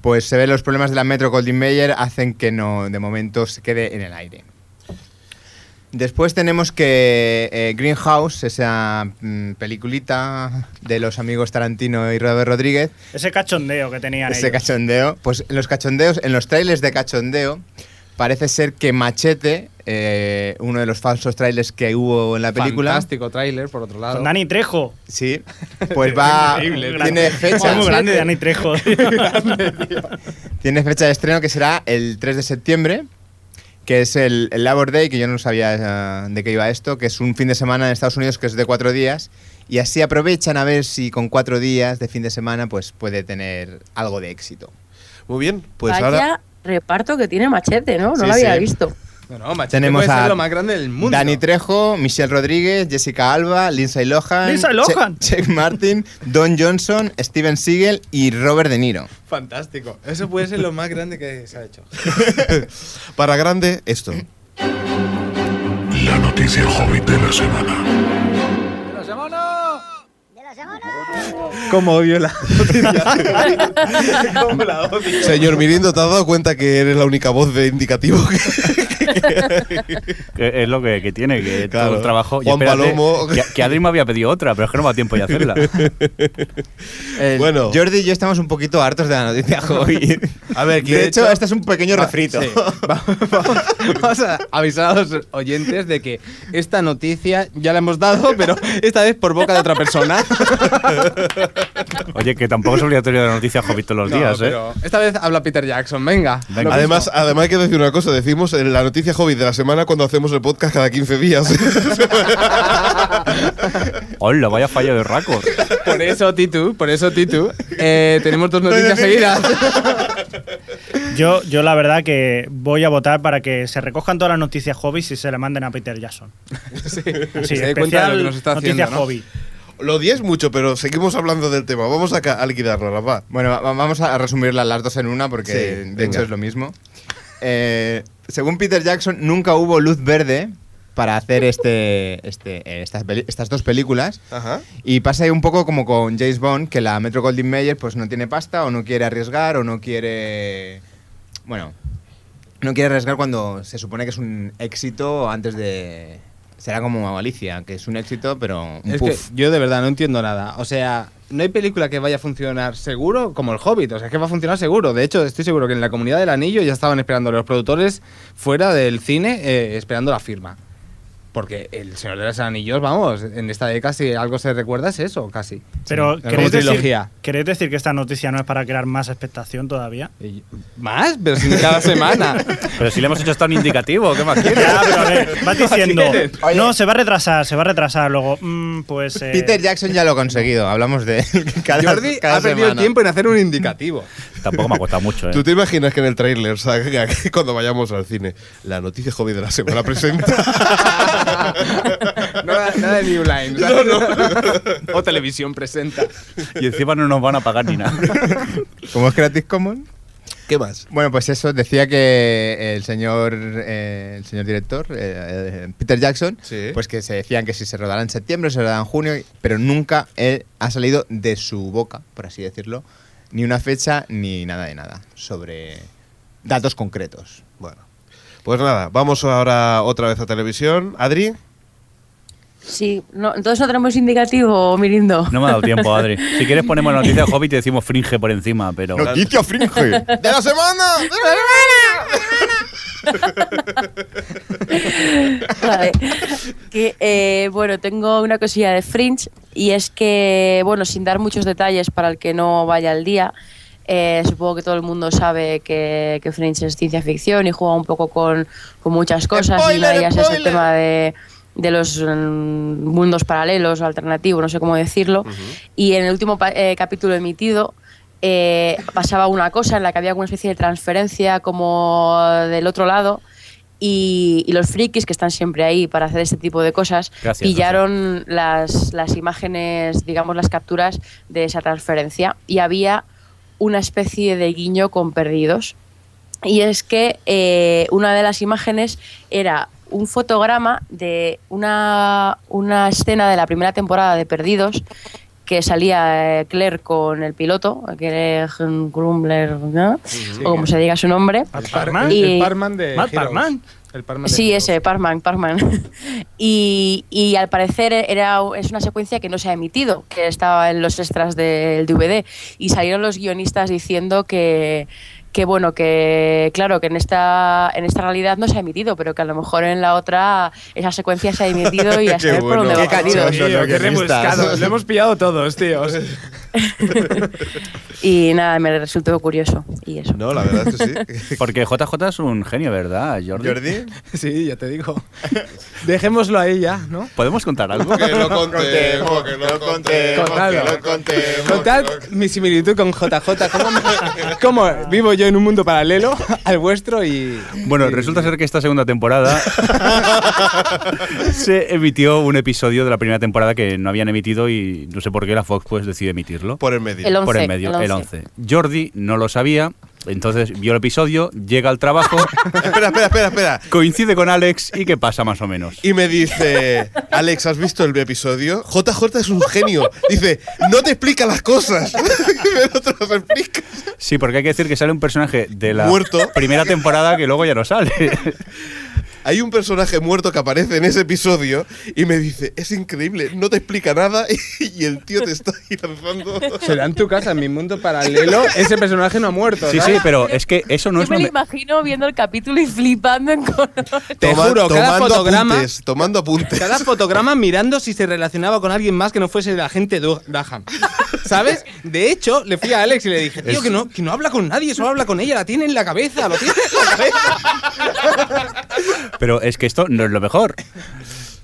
Pues se ven los problemas de la Metro Goldwyn Mayer hacen que no, de momento, se quede en el aire. Después tenemos que eh, Greenhouse, esa mm, peliculita de los amigos Tarantino y Robert Rodríguez,
Ese cachondeo que tenían
ese
ellos.
cachondeo. Pues en los cachondeos, en los trailers de cachondeo, parece ser que Machete, eh, uno de los falsos trailers que hubo en la película.
Fantástico tráiler, por otro lado.
Con Dani Trejo.
Sí, pues va.
Increíble, tío.
tiene fecha.
Es muy grande Dani Trejo.
Tiene fecha de estreno que será el 3 de septiembre, que es el, el Labor Day, que yo no sabía eh, de qué iba esto, que es un fin de semana en Estados Unidos que es de cuatro días. Y así aprovechan a ver si con cuatro días de fin de semana pues puede tener algo de éxito.
Muy bien, pues
Vaya
ahora.
reparto que tiene Machete, ¿no? No
Sí,
lo había
sí.
visto.
No, no, machete
Tenemos
puede
a
ser lo más grande del mundo.
Dani Trejo, Michelle Rodríguez, Jessica Alba, Lindsay Lohan,
Lindsay Lohan.
Che- Check Martin, Don Johnson, Steven Seagal y Robert De Niro.
Fantástico. Eso puede ser lo más grande que se ha hecho.
Para grande, esto.
La noticia hobbit de la semana.
Como odio la.
Señor Mirindo, ¿te has dado cuenta que eres la única voz de indicativo?
Que Es lo que, que tiene, que
Claro.
todo el trabajo. y
Juan
espérate,
Palomo.
Que, que Adri me había pedido otra, pero es que no me da tiempo ya a hacerla.
El-
Bueno.
Jordi y yo estamos un poquito hartos de la noticia hoy.
A ver,
De hecho, este es un pequeño refrito.
Vamos a avisar a los oyentes de que esta noticia ya la hemos dado, pero esta vez por boca de otra persona.
Oye, que tampoco es obligatorio la noticia Hobbit todos los
No,
días, ¿eh?
pero Esta vez habla Peter Jackson, venga.
Venga.
Además, además hay que decir una cosa, decimos en la noticia hobbit de la semana cuando hacemos el podcast cada 15 días.
Hola, vaya fallo de Raco.
Por eso, Titu, por eso, Titu, eh, tenemos dos noticias seguidas.
Yo, yo la verdad que voy a votar para que se recojan todas las noticias hobbies y se le manden a Peter Jackson.
Sí,
Sí,
se dé cuenta de lo que nos está haciendo.
noticia
¿no?
hobby.
Lo odies mucho, pero seguimos hablando del tema. Vamos acá a liquidarnos, va.
Bueno, va- vamos a resumirlas las dos en una porque
Sí,
de
venga.
hecho es lo mismo. Eh, según Peter Jackson, nunca hubo luz verde para hacer este, este, eh, estas, peli- estas dos películas.
Ajá.
Y pasa ahí un poco como con James Bond, que la Metro Goldwyn Mayer pues no tiene pasta o no quiere arriesgar o no quiere... Bueno, no quiere arriesgar cuando se supone que es un éxito antes de... Será como a Galicia, que es un éxito, pero un
Es que
puff.
yo de verdad no entiendo nada. O sea, no hay película que vaya a funcionar seguro como el Hobbit. O sea, es que va a funcionar seguro. De hecho, estoy seguro que en la comunidad del anillo ya estaban esperando los productores fuera del cine, eh, esperando la firma. Porque el Señor de los Anillos, vamos, en esta década si algo se recuerda es eso, casi.
Pero
Sí, como
¿queréis, decir,
trilogía.
¿queréis decir que esta noticia no es para crear más expectación todavía?
Y- ¿Más? Pero sin cada semana.
Pero si le hemos hecho hasta un indicativo, ¿qué más quieres?
Ya, pero a ver, vas diciendo,
Oye.
no, se va a retrasar, se va a retrasar luego. mm, pues eh,
Peter Jackson ya lo ha conseguido, hablamos de él cada,
Jordi
cada
ha perdido
semana.
tiempo en hacer un indicativo.
Tampoco me ha costado mucho, ¿eh?
¿Tú te imaginas que en el tráiler salga que cuando vayamos al cine la noticia hobbit de la semana presenta?
No, nada de New Line. O televisión presenta.
Y encima no nos van a pagar ni nada.
¿Cómo es Creative Commons?
¿Qué más?
Bueno, pues eso, decía que el señor, eh, el señor director, eh, eh, Peter Jackson,
Sí.
pues que se decían que si se rodará en septiembre, se rodará en junio, pero nunca él ha salido de su boca, por así decirlo, ni una fecha ni nada de nada, sobre datos concretos.
Bueno. Pues nada, vamos ahora otra vez a televisión. Adri.
Sí, no, entonces no tenemos indicativo, Mirindo.
No me ha dado tiempo, Adri. Si quieres ponemos la noticia de Hobbit y decimos fringe por encima, pero...
¡Noticia fringe! ¡De la semana!
Vale. Que, eh, bueno, tengo una cosilla de Fringe y es que, bueno, sin dar muchos detalles para el que no vaya al día, eh, supongo que todo el mundo sabe que, que Fringe es ciencia ficción y juega un poco con, con muchas cosas y una de ellas es el tema de de los mm, mundos paralelos o alternativos, no sé cómo decirlo. Y en el último pa- eh, capítulo emitido eh, pasaba una cosa en la que había una especie de transferencia como del otro lado. Y, y los frikis que están siempre ahí para hacer este tipo de cosas
Gracias,
pillaron las, las imágenes, digamos, las capturas de esa transferencia y había una especie de guiño con perdidos. Y es que eh, una de las imágenes era un fotograma de una, una escena de la primera temporada de Perdidos que salía eh, Claire con el piloto, que era Grumbler, ¿no? o como se diga su nombre.
El
Parman.
Parman,
Y-
el Parman de
Matt
Heroes.
Parman.
El Parman de
Sí,
Heroes.
ese, Parman, Parman. y, y al parecer era, es una secuencia que no se ha emitido, que estaba en los extras del DVD. Y salieron los guionistas diciendo que, que bueno, que claro, que en esta, en esta realidad no se ha emitido, pero que a lo mejor en la otra esa secuencia se ha emitido y a
Qué
saber por
bueno.
dónde va.
Qué
perdido.
cachondo,
Tío,
¿no?
qué
Qué listas.
rebuscado. Lo hemos pillado todos, tíos.
Y nada, me resultó curioso. Y eso.
No, la verdad es que sí.
Porque JJ es un genio, ¿verdad, Jordi?
Jordi,
Sí, ya te digo. Dejémoslo ahí ya, ¿no?
¿Podemos contar algo?
que lo contemos, que lo contemos,
Contadlo.
que lo contemos.
Contad mi similitud con JJ. ¿Cómo, me- cómo vivo yo en un mundo paralelo al vuestro y.
Bueno,
y-
resulta ser que esta segunda temporada se emitió un episodio de la primera temporada que no habían emitido y no sé por qué la Fox pues decide emitirlo.
Por el medio.
El on-
por el
once,
medio,
el
el
once.
11. Jordi no lo sabía, entonces vio el episodio, llega al trabajo,
espera, espera, espera, espera.
coincide con Alex y ¿qué pasa más o menos?
Y me dice, Alex, ¿has visto el episodio? JJ es un genio. Dice, no te explica las cosas. Pero te las explica.
Sí, porque hay que decir que sale un personaje de la
Muerto.
primera temporada que luego ya no sale.
Hay un personaje muerto que aparece en ese episodio y me dice, es increíble, no te explica nada y el tío te está ahí lanzando.
Será en tu casa, en mi mundo paralelo. Ese personaje no ha muerto.
Sí,
¿no?
sí, pero es que eso no
Yo
es
me lo
una... me-
imagino viendo el capítulo y flipando en color.
Te
Toma-
juro, cada
tomando
fotograma.
apuntes, tomando apuntes.
Cada fotograma mirando si se relacionaba con alguien más que no fuese la gente de Daham. ¿Sabes? De hecho, le fui a Alex y le dije, tío, que, no, que no habla con nadie, solo habla con ella, la tiene en la cabeza, lo tiene en la cabeza.
Pero es que esto no es lo mejor.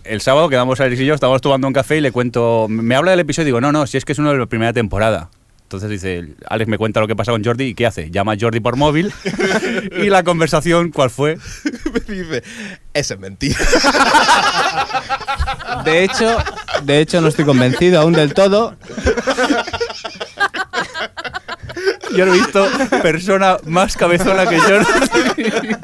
El sábado quedamos Alex y yo, estábamos tomando un café y le cuento. Me habla del episodio y digo, no, no, si es que es uno de la primera temporada. Entonces dice, Alex me cuenta lo que pasa con Jordi y ¿qué hace? Llama a Jordi por móvil y la conversación, ¿cuál fue?
Me dice, esa es mentira.
De hecho, de hecho, no estoy convencido aún del todo.
Yo no he visto persona más cabezona que Jordi.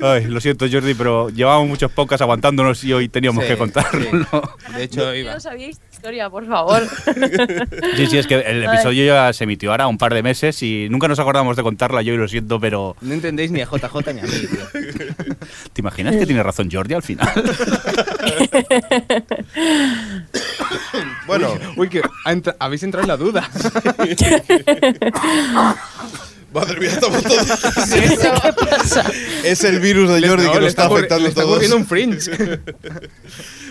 Ay, lo siento, Jordi, pero llevábamos muchos pocas aguantándonos y hoy teníamos
Sí,
que contarlo.
sí. De hecho, iba.
No sabíais esta historia, por favor.
Sí, sí, es que el episodio ya se emitió ahora un par de meses y nunca nos acordamos de contarla, yo y lo siento, pero
No entendéis ni a JJ ni a mí, tío.
¿te imaginas que tiene razón Jordi al final?
Bueno,
Uy, que ha entra- habéis entrado en la duda.
madre mía, estamos todos.
¿Qué pasa?
Es el virus de Jordi
No,
que
le
nos está
ocurri-
afectando
le
a
está
todos.
ocurriendo un fringe.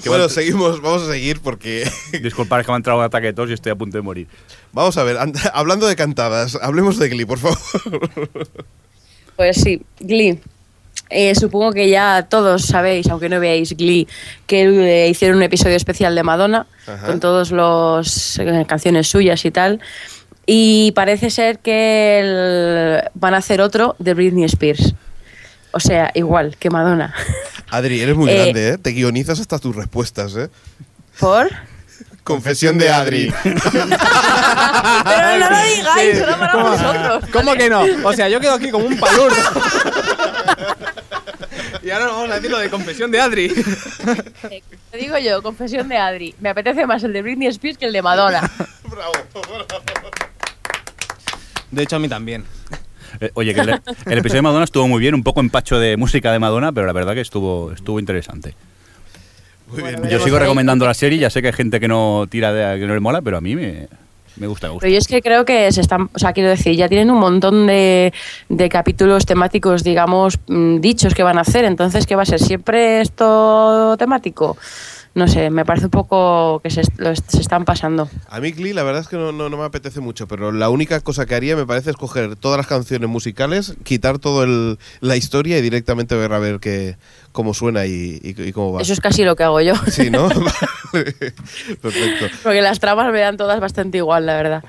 Bueno, seguimos, vamos a seguir porque
Disculpad es que me ha entrado un ataque de tos y estoy a punto de morir.
vamos a ver, and- hablando de cantadas, hablemos de Glee, por favor.
Pues sí, Glee. Eh, supongo que ya todos sabéis, aunque no veáis Glee, que eh, hicieron un episodio especial de Madonna
Ajá.
con todas las canciones suyas y tal. Y parece ser que el- van a hacer otro de Britney Spears. O sea, igual que Madonna.
Adri, eres muy
Eh.
grande, ¿eh? Te guionizas hasta tus respuestas, ¿eh?
¿Por?
Confesión de Adri.
Pero no lo digáis, solo para
¿Cómo?
vosotros.
¿Cómo que no? O sea, yo quedo aquí como un palurdo. Y ahora vamos a decir lo de confesión de Adri.
Eh, Lo digo yo, confesión de Adri. Me apetece más el de Britney Spears que el de Madonna.
De hecho, a mí también.
Eh, oye, que el, el episodio de Madonna estuvo muy bien, un poco empacho de música de Madonna, pero la verdad que estuvo, estuvo interesante.
Muy bien.
Bueno,
Yo
veremos
sigo
ahí.
recomendando la serie, ya sé que hay gente que no tira de que no le mola, pero a mí me, me gusta, me gusta.
Pero yo es que creo que se están, o sea, quiero decir, ya tienen un montón de, de capítulos temáticos, digamos, mm, dichos que van a hacer. Entonces, ¿qué va a ser? ¿Siempre esto temático? No sé, me parece un poco que se, est- lo est- se están pasando.
A mí Glee la verdad es que no, no- no me apetece mucho, pero la única cosa que haría me parece es coger todas las canciones musicales, quitar toda la historia y directamente ver a ver qué, cómo suena y, y- y cómo va.
Eso es casi lo que hago yo.
Sí, ¿no? Vale. Perfecto.
Porque las tramas me dan todas bastante igual, la verdad.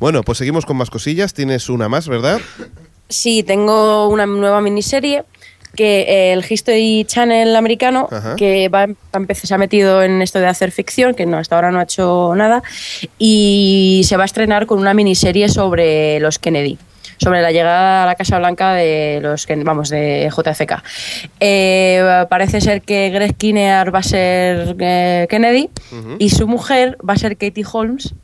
Bueno, pues seguimos con más cosillas. Tienes una más, ¿verdad?
Sí, tengo una nueva miniserie que eh, el History Channel americano,
Ajá.
que va, va a empe- se ha metido en esto de hacer ficción, que no, hasta ahora no ha hecho nada, y se va a estrenar con una miniserie sobre los Kennedy sobre la llegada a la Casa Blanca de los que vamos de JFK. Eh, parece ser que Greg Kinnear va a ser eh, Kennedy y su mujer va a ser Katie Holmes,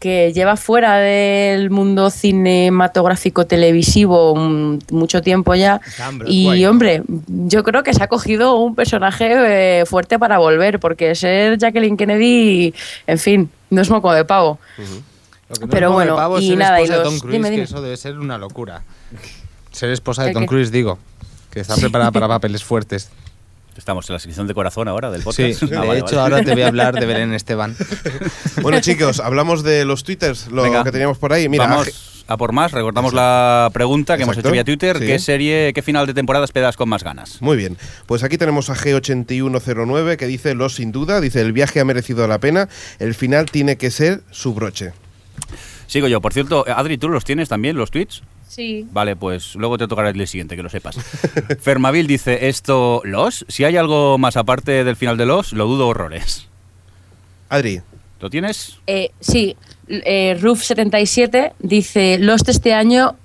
que lleva fuera del mundo cinematográfico televisivo mm, mucho tiempo ya.
Ambrose
Y
White.
hombre, yo creo que se ha cogido un personaje eh, fuerte para volver, porque ser Jacqueline Kennedy, en fin, no es moco de pavo.
Lo que no
Pero
es moco de
bueno,
pavo es
y
ser
nada,
esposa
y
de
los-
Tom Cruise,
dime,
que
dime.
eso debe ser una locura. Ser esposa de
¿El
Tom
qué?
Cruise, digo. Que está preparada para papeles fuertes.
Estamos en la sección de corazón ahora del
Sí,
podcast.
de
Ah, vale,
hecho
vale.
ahora te voy a hablar de Belén Esteban.
Bueno, chicos, hablamos de los twitters, lo
Venga.
que teníamos por ahí. Mira, Ángel-
Vamos a por más, recordamos la pregunta que hemos
Exacto.
hecho vía Twitter,
Sí.
¿qué serie, qué final de temporada esperas con más ganas?
Muy bien, pues aquí tenemos a G8109 que dice Los sin duda, dice el viaje ha merecido la pena, el final tiene que ser su broche.
Sigo yo, por cierto, eh, Adri, ¿tú los tienes también, los tweets?
Sí.
Vale, pues luego te tocará el siguiente, que lo sepas. Fermavil dice, esto, los, si hay algo más aparte del final de los, lo dudo horrores.
Adri,
¿Lo tienes?
Eh, sí, eh, Roof77 dice, Lost este año...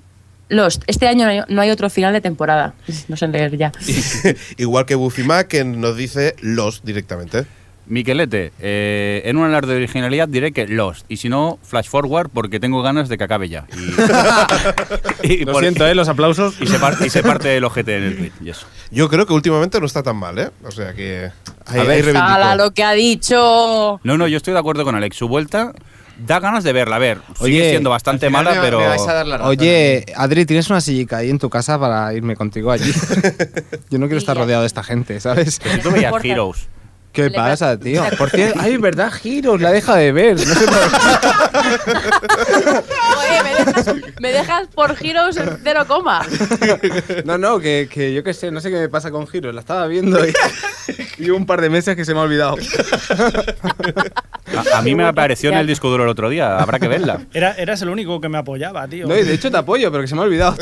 Lost, este año no hay, no hay otro final de temporada. No sé leer ya.
igual que Buffy Mac que nos dice Los directamente.
Miquelete, eh, en un alarde de originalidad diré que Lost, y si no, Flash Forward porque tengo ganas de que acabe ya. Y, y
Lo
por-
siento, ¿eh? Los aplausos.
y se, par- y se parte el ojete en el tweet. y eso.
Yo creo que últimamente no está tan mal, ¿eh? O sea que... Ahí, ahí reivindico.
¡Hala lo que ha dicho!
No, no, yo estoy de acuerdo con Alex. Su vuelta da ganas de verla. A ver, sigue
Oye,
siendo bastante
al final
mala,
me-
pero.
me vais a dar la razón.
Oye, Adri, ¿tienes una sillica ahí en tu casa para irme contigo allí? Yo no quiero estar rodeado de esta gente, ¿sabes?
Pero si tú veías Heroes.
¿Qué
Le
pasa,
pa-
tío? Por cierto, ay, verdad, Giros, la deja de ver. No sé por qué.
Oye, me dejas, me dejas por giros en cero coma.
No, no, que, que yo qué sé, no sé qué me pasa con Giros, la estaba viendo y, y un par de meses que se me ha olvidado.
A, a mí me apareció en el disco duro el otro día. Habrá que verla.
Era, eras el único que me apoyaba, tío.
No, y de hecho te apoyo, pero que se me ha olvidado.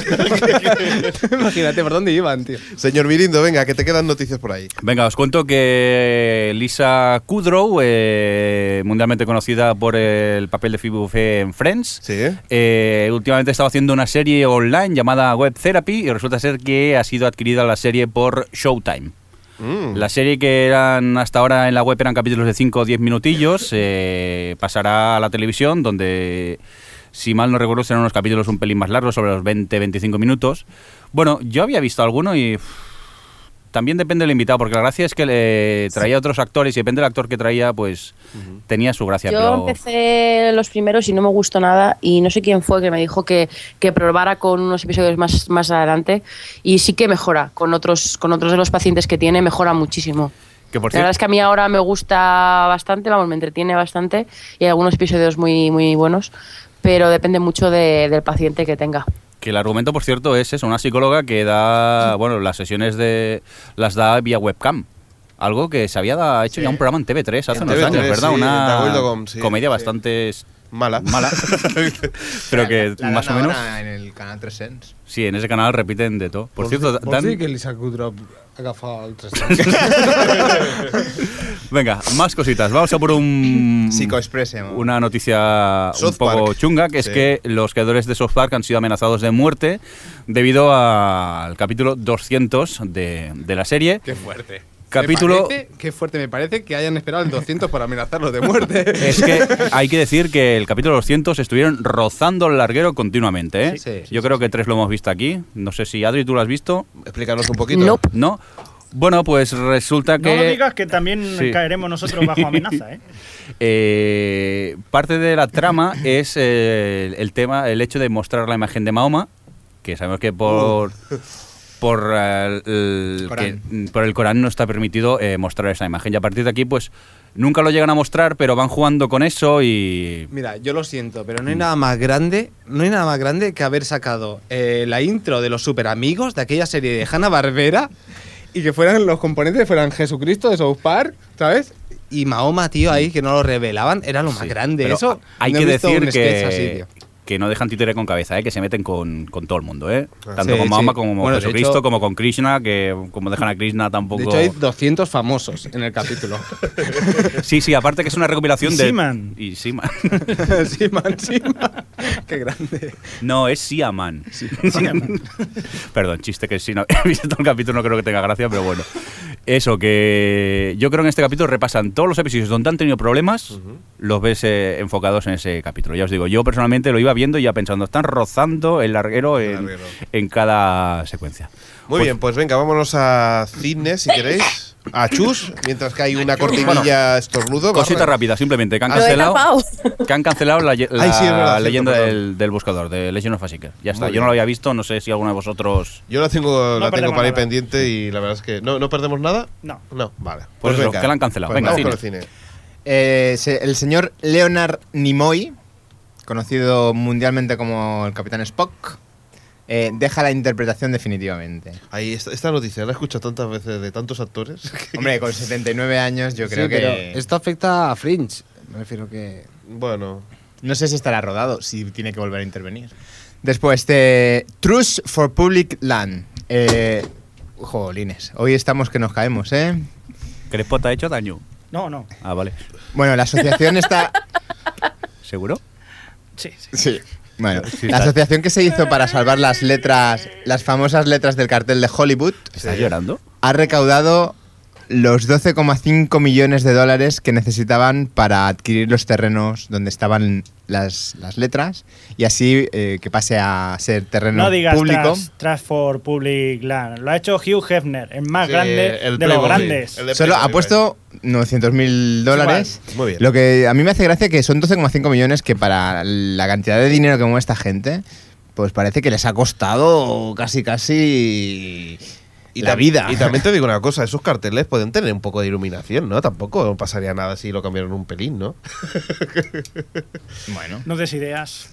Imagínate por dónde iban, tío.
Señor Mirindo, venga, que te quedan noticias por ahí.
Venga, os cuento que Lisa Kudrow, eh, mundialmente conocida por el papel de Phoebe Buffet en Friends,
Sí, ¿eh?
Eh, últimamente estaba haciendo una serie online llamada Web Therapy y resulta ser que ha sido adquirida la serie por Showtime.
Mm.
La serie que eran hasta ahora en la web eran capítulos de 5 o 10 minutillos, eh, pasará a la televisión donde, si mal no recuerdo, serán unos capítulos un pelín más largos, sobre los 20-25 minutos. Bueno, yo había visto alguno y uff, también depende del invitado, porque la gracia es que le traía otros actores y depende del actor que traía, pues tenía su gracia.
Yo
pero-
empecé los primeros y no me gustó nada y no sé quién fue que me dijo que, que probara con unos episodios más, más adelante y sí que mejora con otros, con otros de los pacientes que tiene, mejora muchísimo.
que por
La verdad
cierto-
es que a mí ahora me gusta bastante, vamos, me entretiene bastante y hay algunos episodios muy, muy buenos, pero depende mucho de- del paciente que tenga.
Que el argumento, por cierto, es eso, una psicóloga que da, bueno, las sesiones de las da vía webcam. Algo que se había da- hecho ya un programa en TV3 hace
En
unos
TV3,
años, ¿verdad?
sí, de
una
acuerdo con- sí, sí.
comedia bastante s-
Mala.
mala, pero que
La
más o
dan
menos...
ahora En el canal 300.
Sí, en ese canal repiten de todo. Por, cierto, Dan...
Lisa Kudrow ha gafado al
Venga, más cositas. Vamos a por un...
Psicoexpress,
¿eh?
se llama.
Una noticia un
South
poco
Park.
chunga, que es
Sí.
que los creadores de South Park han sido amenazados de muerte debido a- al capítulo 200 de, de la serie.
Qué fuerte.
Capítulo-
Me parece- qué fuerte me parece que hayan esperado el 200 para amenazarlos de muerte.
Es que hay que decir que el capítulo 200 estuvieron rozando el larguero continuamente. ¿eh?
Sí, sí,
Yo creo que tres lo hemos visto aquí. No sé si Adri, tú lo has visto.
Explícanos un poquito.
Nope.
¿No? Bueno, pues resulta
No
que.
lo digas que también
Sí.
caeremos nosotros bajo amenaza, ¿eh?
Eh, parte de la trama es eh, el, el tema, el hecho de mostrar la imagen de Mahoma, que sabemos que por por eh, el,
Corán.
que, mm, por el Corán no está permitido eh, mostrar esa imagen. Y a partir de aquí, pues nunca lo llegan a mostrar, pero van jugando con eso y
Mira, yo lo siento, pero no hay nada más grande, no hay nada más grande que haber sacado eh, la intro de los super amigos de aquella serie de Hanna Barbera y que fueran los componentes fueran Jesucristo de South Park, ¿sabes? Y Mahoma, tío, ahí que no lo revelaban, era lo más
Sí,
grande.
pero
Eso
Hay
no he
que
visto
decir
un sketch
que,
así, tío.
que no dejan títere con cabeza, ¿eh? que se meten con, con todo el mundo, ¿eh? tanto
Ah. Sí,
con Mahoma
sí.
como
Bueno,
con
de
Jesucristo,
hecho-
como con Krishna, que como dejan a Krishna tampoco.
De hecho, hay 200 famosos en el capítulo.
Sí, sí, aparte que es una recopilación
Y
de.
Seaman.
Y Seaman.
sí, man, sí, man. Qué grande.
No, es Siaman. Perdón, chiste que si no he visto el capítulo no creo que tenga gracia, pero bueno. Eso, que yo creo que en este capítulo repasan todos los episodios donde han tenido problemas, los ves eh, enfocados en ese capítulo. Ya os digo, yo personalmente lo iba viendo y ya pensando, están rozando el larguero en,
larguero.
en cada secuencia.
Muy
Pues-
bien, pues venga, vámonos a cine si queréis. A Chus, mientras que hay una cortinilla estornudo.
Cosita
Barra.
rápida, simplemente, que han
Lo he
cancelado,
tapado.
que han cancelado la, ye- la
Ay, sí, es verdad, cierto,
leyenda
perdón.
del, del buscador, de Legend of a Seeker. Ya está,
Muy
yo
bien.
no lo había visto, no sé si alguno de vosotros...
Yo la tengo,
No
la tengo
perdemos
para ir
nada.
pendiente y la verdad es que. ¿No, no perdemos nada?
No.
No, vale.
Pues eso, que la han cancelado. Venga,
vamos
cine.
con el cine.
Eh, se- el señor Leonard Nimoy, conocido mundialmente como el Capitán Spock, eh, deja la interpretación definitivamente.
Ahí, esta, esta noticia la he escuchado tantas veces de tantos actores. que-
Hombre, con 79 años yo creo
Sí, pero
que...
Esto afecta a Fringe. Me refiero que.
bueno,
No sé si estará rodado, si tiene que volver a intervenir. Después, de Truce for Public Land. Eh, jolines, hoy estamos que nos caemos, ¿eh?
¿Crespo te ha hecho daño?
No, no.
Ah, vale.
Bueno, la asociación está...
¿Seguro?
Sí, sí.
Sí. Bueno,
Sí,
la
está-
asociación que se hizo para salvar las letras, las famosas letras del cartel de Hollywood,
¿Estás llorando?
ha recaudado los 12,5 millones de dólares que necesitaban para adquirir los terrenos donde estaban las, las letras y así eh, que pase a ser terreno
No digas
público.
Trans, Trans for Public Land. Lo ha hecho Hugh Hefner, el más
Sí,
grande
el
de los
Playboy,
grandes.
el de
Solo ha
Playboy.
puesto 900 mil dólares.
Vale, muy bien.
Lo que a mí me hace gracia que son 12,5 millones que para la cantidad de dinero que mueve esta gente, pues parece que les ha costado casi casi la
tam-
vida.
Y también te digo una cosa, esos carteles pueden tener un poco de iluminación, ¿no? Tampoco pasaría nada si lo cambiaron un pelín, ¿no?
bueno,
No des ideas.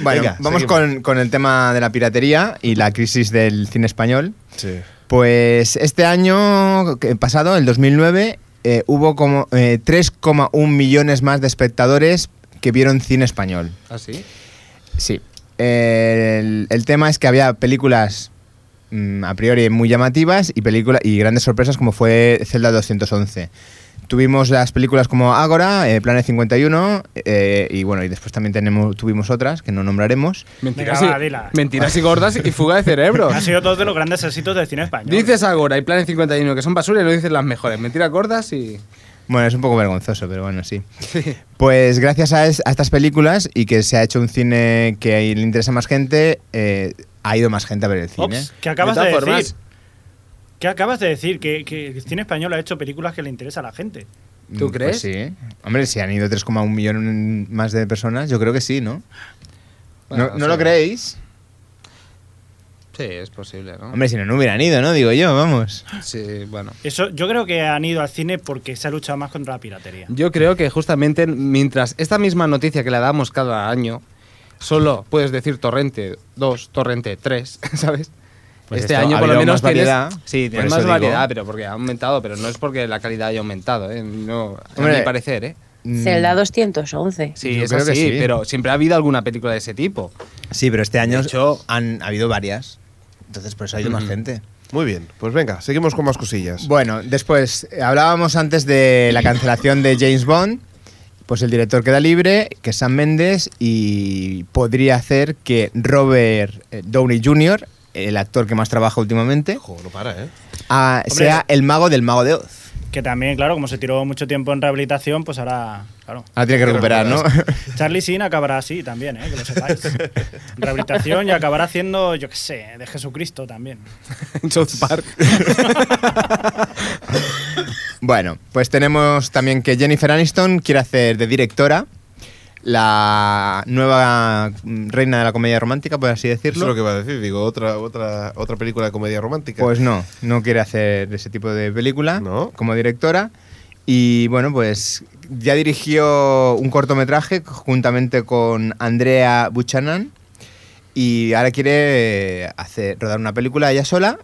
Bueno,
Venga,
vamos
seguimos.
con, con el tema de la piratería y la crisis del cine español.
Sí.
Pues este año que- pasado, el 2009, eh, hubo como eh, 3,1 millones más de espectadores que vieron cine español.
¿Así?
Sí. El, el tema es que había películas mm, a priori muy llamativas y, película, y grandes sorpresas como fue Zelda 211. Tuvimos las películas como Ágora, eh, Planet 51 eh, y bueno, y después también tenemos, tuvimos otras que no nombraremos.
Mentiras,
Venga, va,
y,
dila. Ah,
mentiras y gordas y fuga de cerebros.
Han sido dos de los grandes éxitos del cine español.
Oh. Dices ahora y Planet 51 que son basura y no dices las mejores. Mentiras gordas y.
Bueno, es un poco vergonzoso, pero bueno, sí. Pues gracias a, es- a estas películas y que se ha hecho un cine que ahí le interesa más gente, eh, ha ido más gente a ver el cine.
Ops, ¿qué acabas
De
de,
todas
decir?
formas-
¿Qué acabas de decir? Que, que el cine español ha hecho películas que le interesa a la gente.
Mm,
¿Tú crees?
pues sí. Hombre, si han ido 3,1 millones más de personas, yo creo que sí, ¿no?
Bueno,
¿No, no
sí.
lo creéis?
Sí, es posible, ¿no?
Hombre, si no, no hubieran ido, ¿no? Digo yo, vamos.
Sí, bueno.
Eso, yo creo que han ido al cine porque se ha luchado más contra la piratería.
Yo creo que justamente mientras esta misma noticia que la damos cada año, solo puedes decir torrente 2, torrente 3, ¿sabes?
Pues
este
esto,
año
ha
por lo
habido
menos
más variedad,
tienes, sí,
por
tienes
eso
más
digo.
variedad, pero porque ha aumentado, pero no es porque la calidad haya aumentado, ¿eh? no, a
Hombre,
mi parecer, ¿eh?
Mm,
Mm.
Zelda 211.
Sí,
yo
es
creo que
así,
sí.
pero siempre ha habido alguna película de ese tipo.
Sí, pero este año
De hecho-
han habido varias. Entonces, por eso ha ido más gente.
Muy bien, pues venga, seguimos con más cosillas.
Bueno, después, eh, hablábamos antes de la cancelación de James Bond. Pues el director queda libre, que es Sam Mendes, y podría hacer que Robert eh, Downey Jr., el actor que más trabaja últimamente,
Ojo, no para, ¿eh?
ah,
Hombre,
sea el mago del mago de Oz.
que también, claro, como se tiró mucho tiempo en rehabilitación, pues ahora, claro.
Ahora Ah, tiene que recuperar, ¿no?
Charlie Sin acabará así también, ¿eh? que lo sepáis. Rehabilitación y acabará haciendo, yo qué sé, de Jesucristo también.
South Park.
Bueno, pues tenemos también que Jennifer Aniston quiere hacer de directora la nueva mm, reina de la comedia romántica, por así
Es lo
decirlo.
que va a decir, digo, otra, otra, otra película de comedia romántica.
Pues no, no quiere hacer ese tipo de película
No.
como directora. Y bueno, pues ya dirigió un cortometraje juntamente con Andrea Buchanan y ahora quiere eh, hacer, rodar una película ella sola,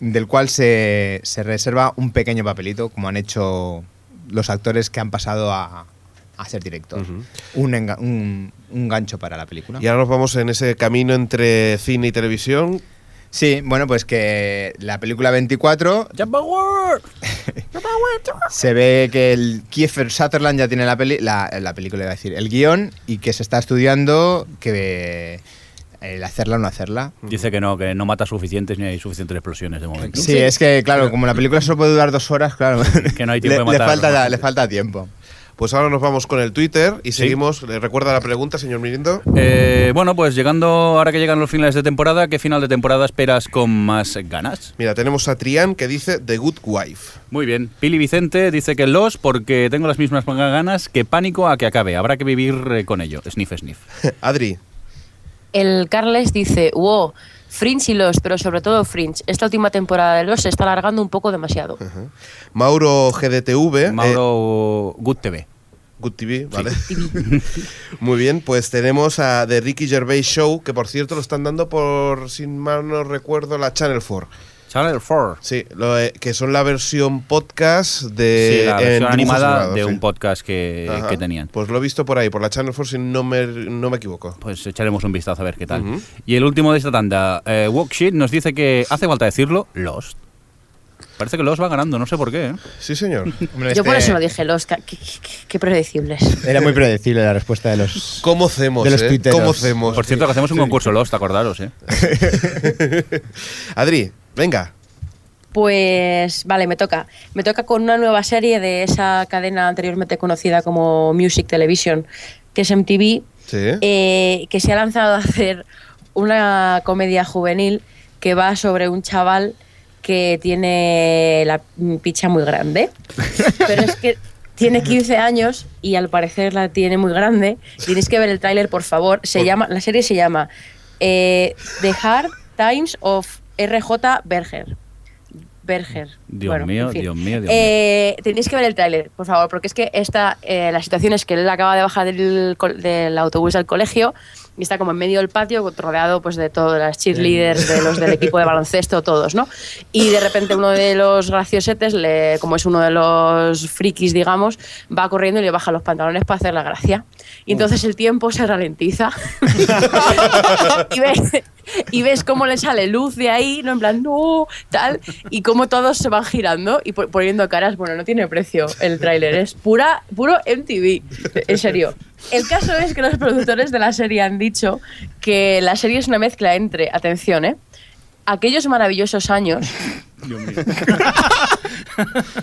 del cual se, se reserva un pequeño papelito, como han hecho los actores que han pasado a, a ser director.
Ujú.
un, enga- un- un gancho para la película.
Y ahora nos vamos en ese camino entre cine y televisión.
Sí, bueno, pues que la película 24 se ve que el Kiefer Sutherland ya tiene la, peli- la, la película, iba a decir, el guión y que se está estudiando que el hacerla o no hacerla.
Dice que no, que no mata suficientes ni hay suficientes explosiones de momento.
Sí, es que claro, como la película solo puede durar dos horas, claro,
Que no hay tiempo
le,
de
le
matar.
falta, le falta tiempo.
Pues ahora nos vamos con el Twitter y seguimos. ¿Le recuerda la pregunta, señor Mirindo?
Eh, bueno, pues llegando, ahora que llegan los finales de temporada, ¿qué final de temporada esperas con más ganas?
Mira, tenemos a Trián que dice The Good Wife.
Muy bien. Pili Vicente dice que los porque tengo las mismas ganas que pánico a que acabe. Habrá que vivir eh, con ello. Sniff, sniff.
Adri,
El Carles dice, wow, Fringe y Los, pero sobre todo Fringe. Esta última temporada de Los se está alargando un poco demasiado.
Mauro GDTV, eh,
Mauro Good TV.
Good TV, ¿vale? Muy bien, pues tenemos a The Ricky Gervais Show, que por cierto lo están dando por, sin mal no recuerdo, la Channel 4.
Channel 4.
Sí, lo, eh, que son la versión podcast de...
sí, la
Eh, en
versión
dibujos
animada
animados,
de
sí.
un podcast que,
Ajá.
que tenían.
Pues lo he visto por ahí, por la Channel 4, si no me, no me equivoco.
Pues echaremos un vistazo a ver qué tal.
Ujú.
Y el último de esta tanda, eh, Walksheet, nos dice que hace falta decirlo, Lost. Parece que Lost va ganando, no sé por qué. ¿eh?
Sí, señor.
Hombre,
Yo por
este-
eso lo dije, Los, ca- qué, qué- qué- qué predecibles.
Era muy predecible la respuesta de los...
¿Cómo hacemos?
De los
eh?
tuiteros.
¿Cómo hacemos?
Por cierto, que hacemos un concurso Lost, acordaros. ¿eh?
Adri, venga.
Pues vale, me toca. Me toca con una nueva serie de esa cadena anteriormente conocida como Music Television, que es MTV,
Sí.
eh, que se ha lanzado a hacer una comedia juvenil que va sobre un chaval que tiene la picha muy grande. Pero es que tiene 15 años y al parecer la tiene muy grande. Tenéis que ver el tráiler, por favor. Se llama, la serie se llama eh, The Hard Times of RJ Berger. Berger.
Dios
Bueno,
mío,
en fin.
Dios mío, Dios mío.
Eh, tenéis que ver el tráiler, por favor, porque es que esta, eh, la situación es que él acaba de bajar del, co- del autobús al colegio y está como en medio del patio, rodeado pues de todas las cheerleaders, de los del equipo de baloncesto, todos, ¿no? Y de repente uno de los graciosetes, le, como es uno de los frikis, digamos, va corriendo y le baja los pantalones para hacer la gracia. Y entonces el tiempo se ralentiza y, ves, y ves cómo le sale luz de ahí, ¿no? En plan, no, tal, y cómo todos se van girando y po- poniendo caras. Bueno, no tiene precio el tráiler, es pura, puro MTV, en serio. El caso es que los productores de la serie han dicho que la serie es una mezcla entre, atención, ¿eh? Aquellos maravillosos años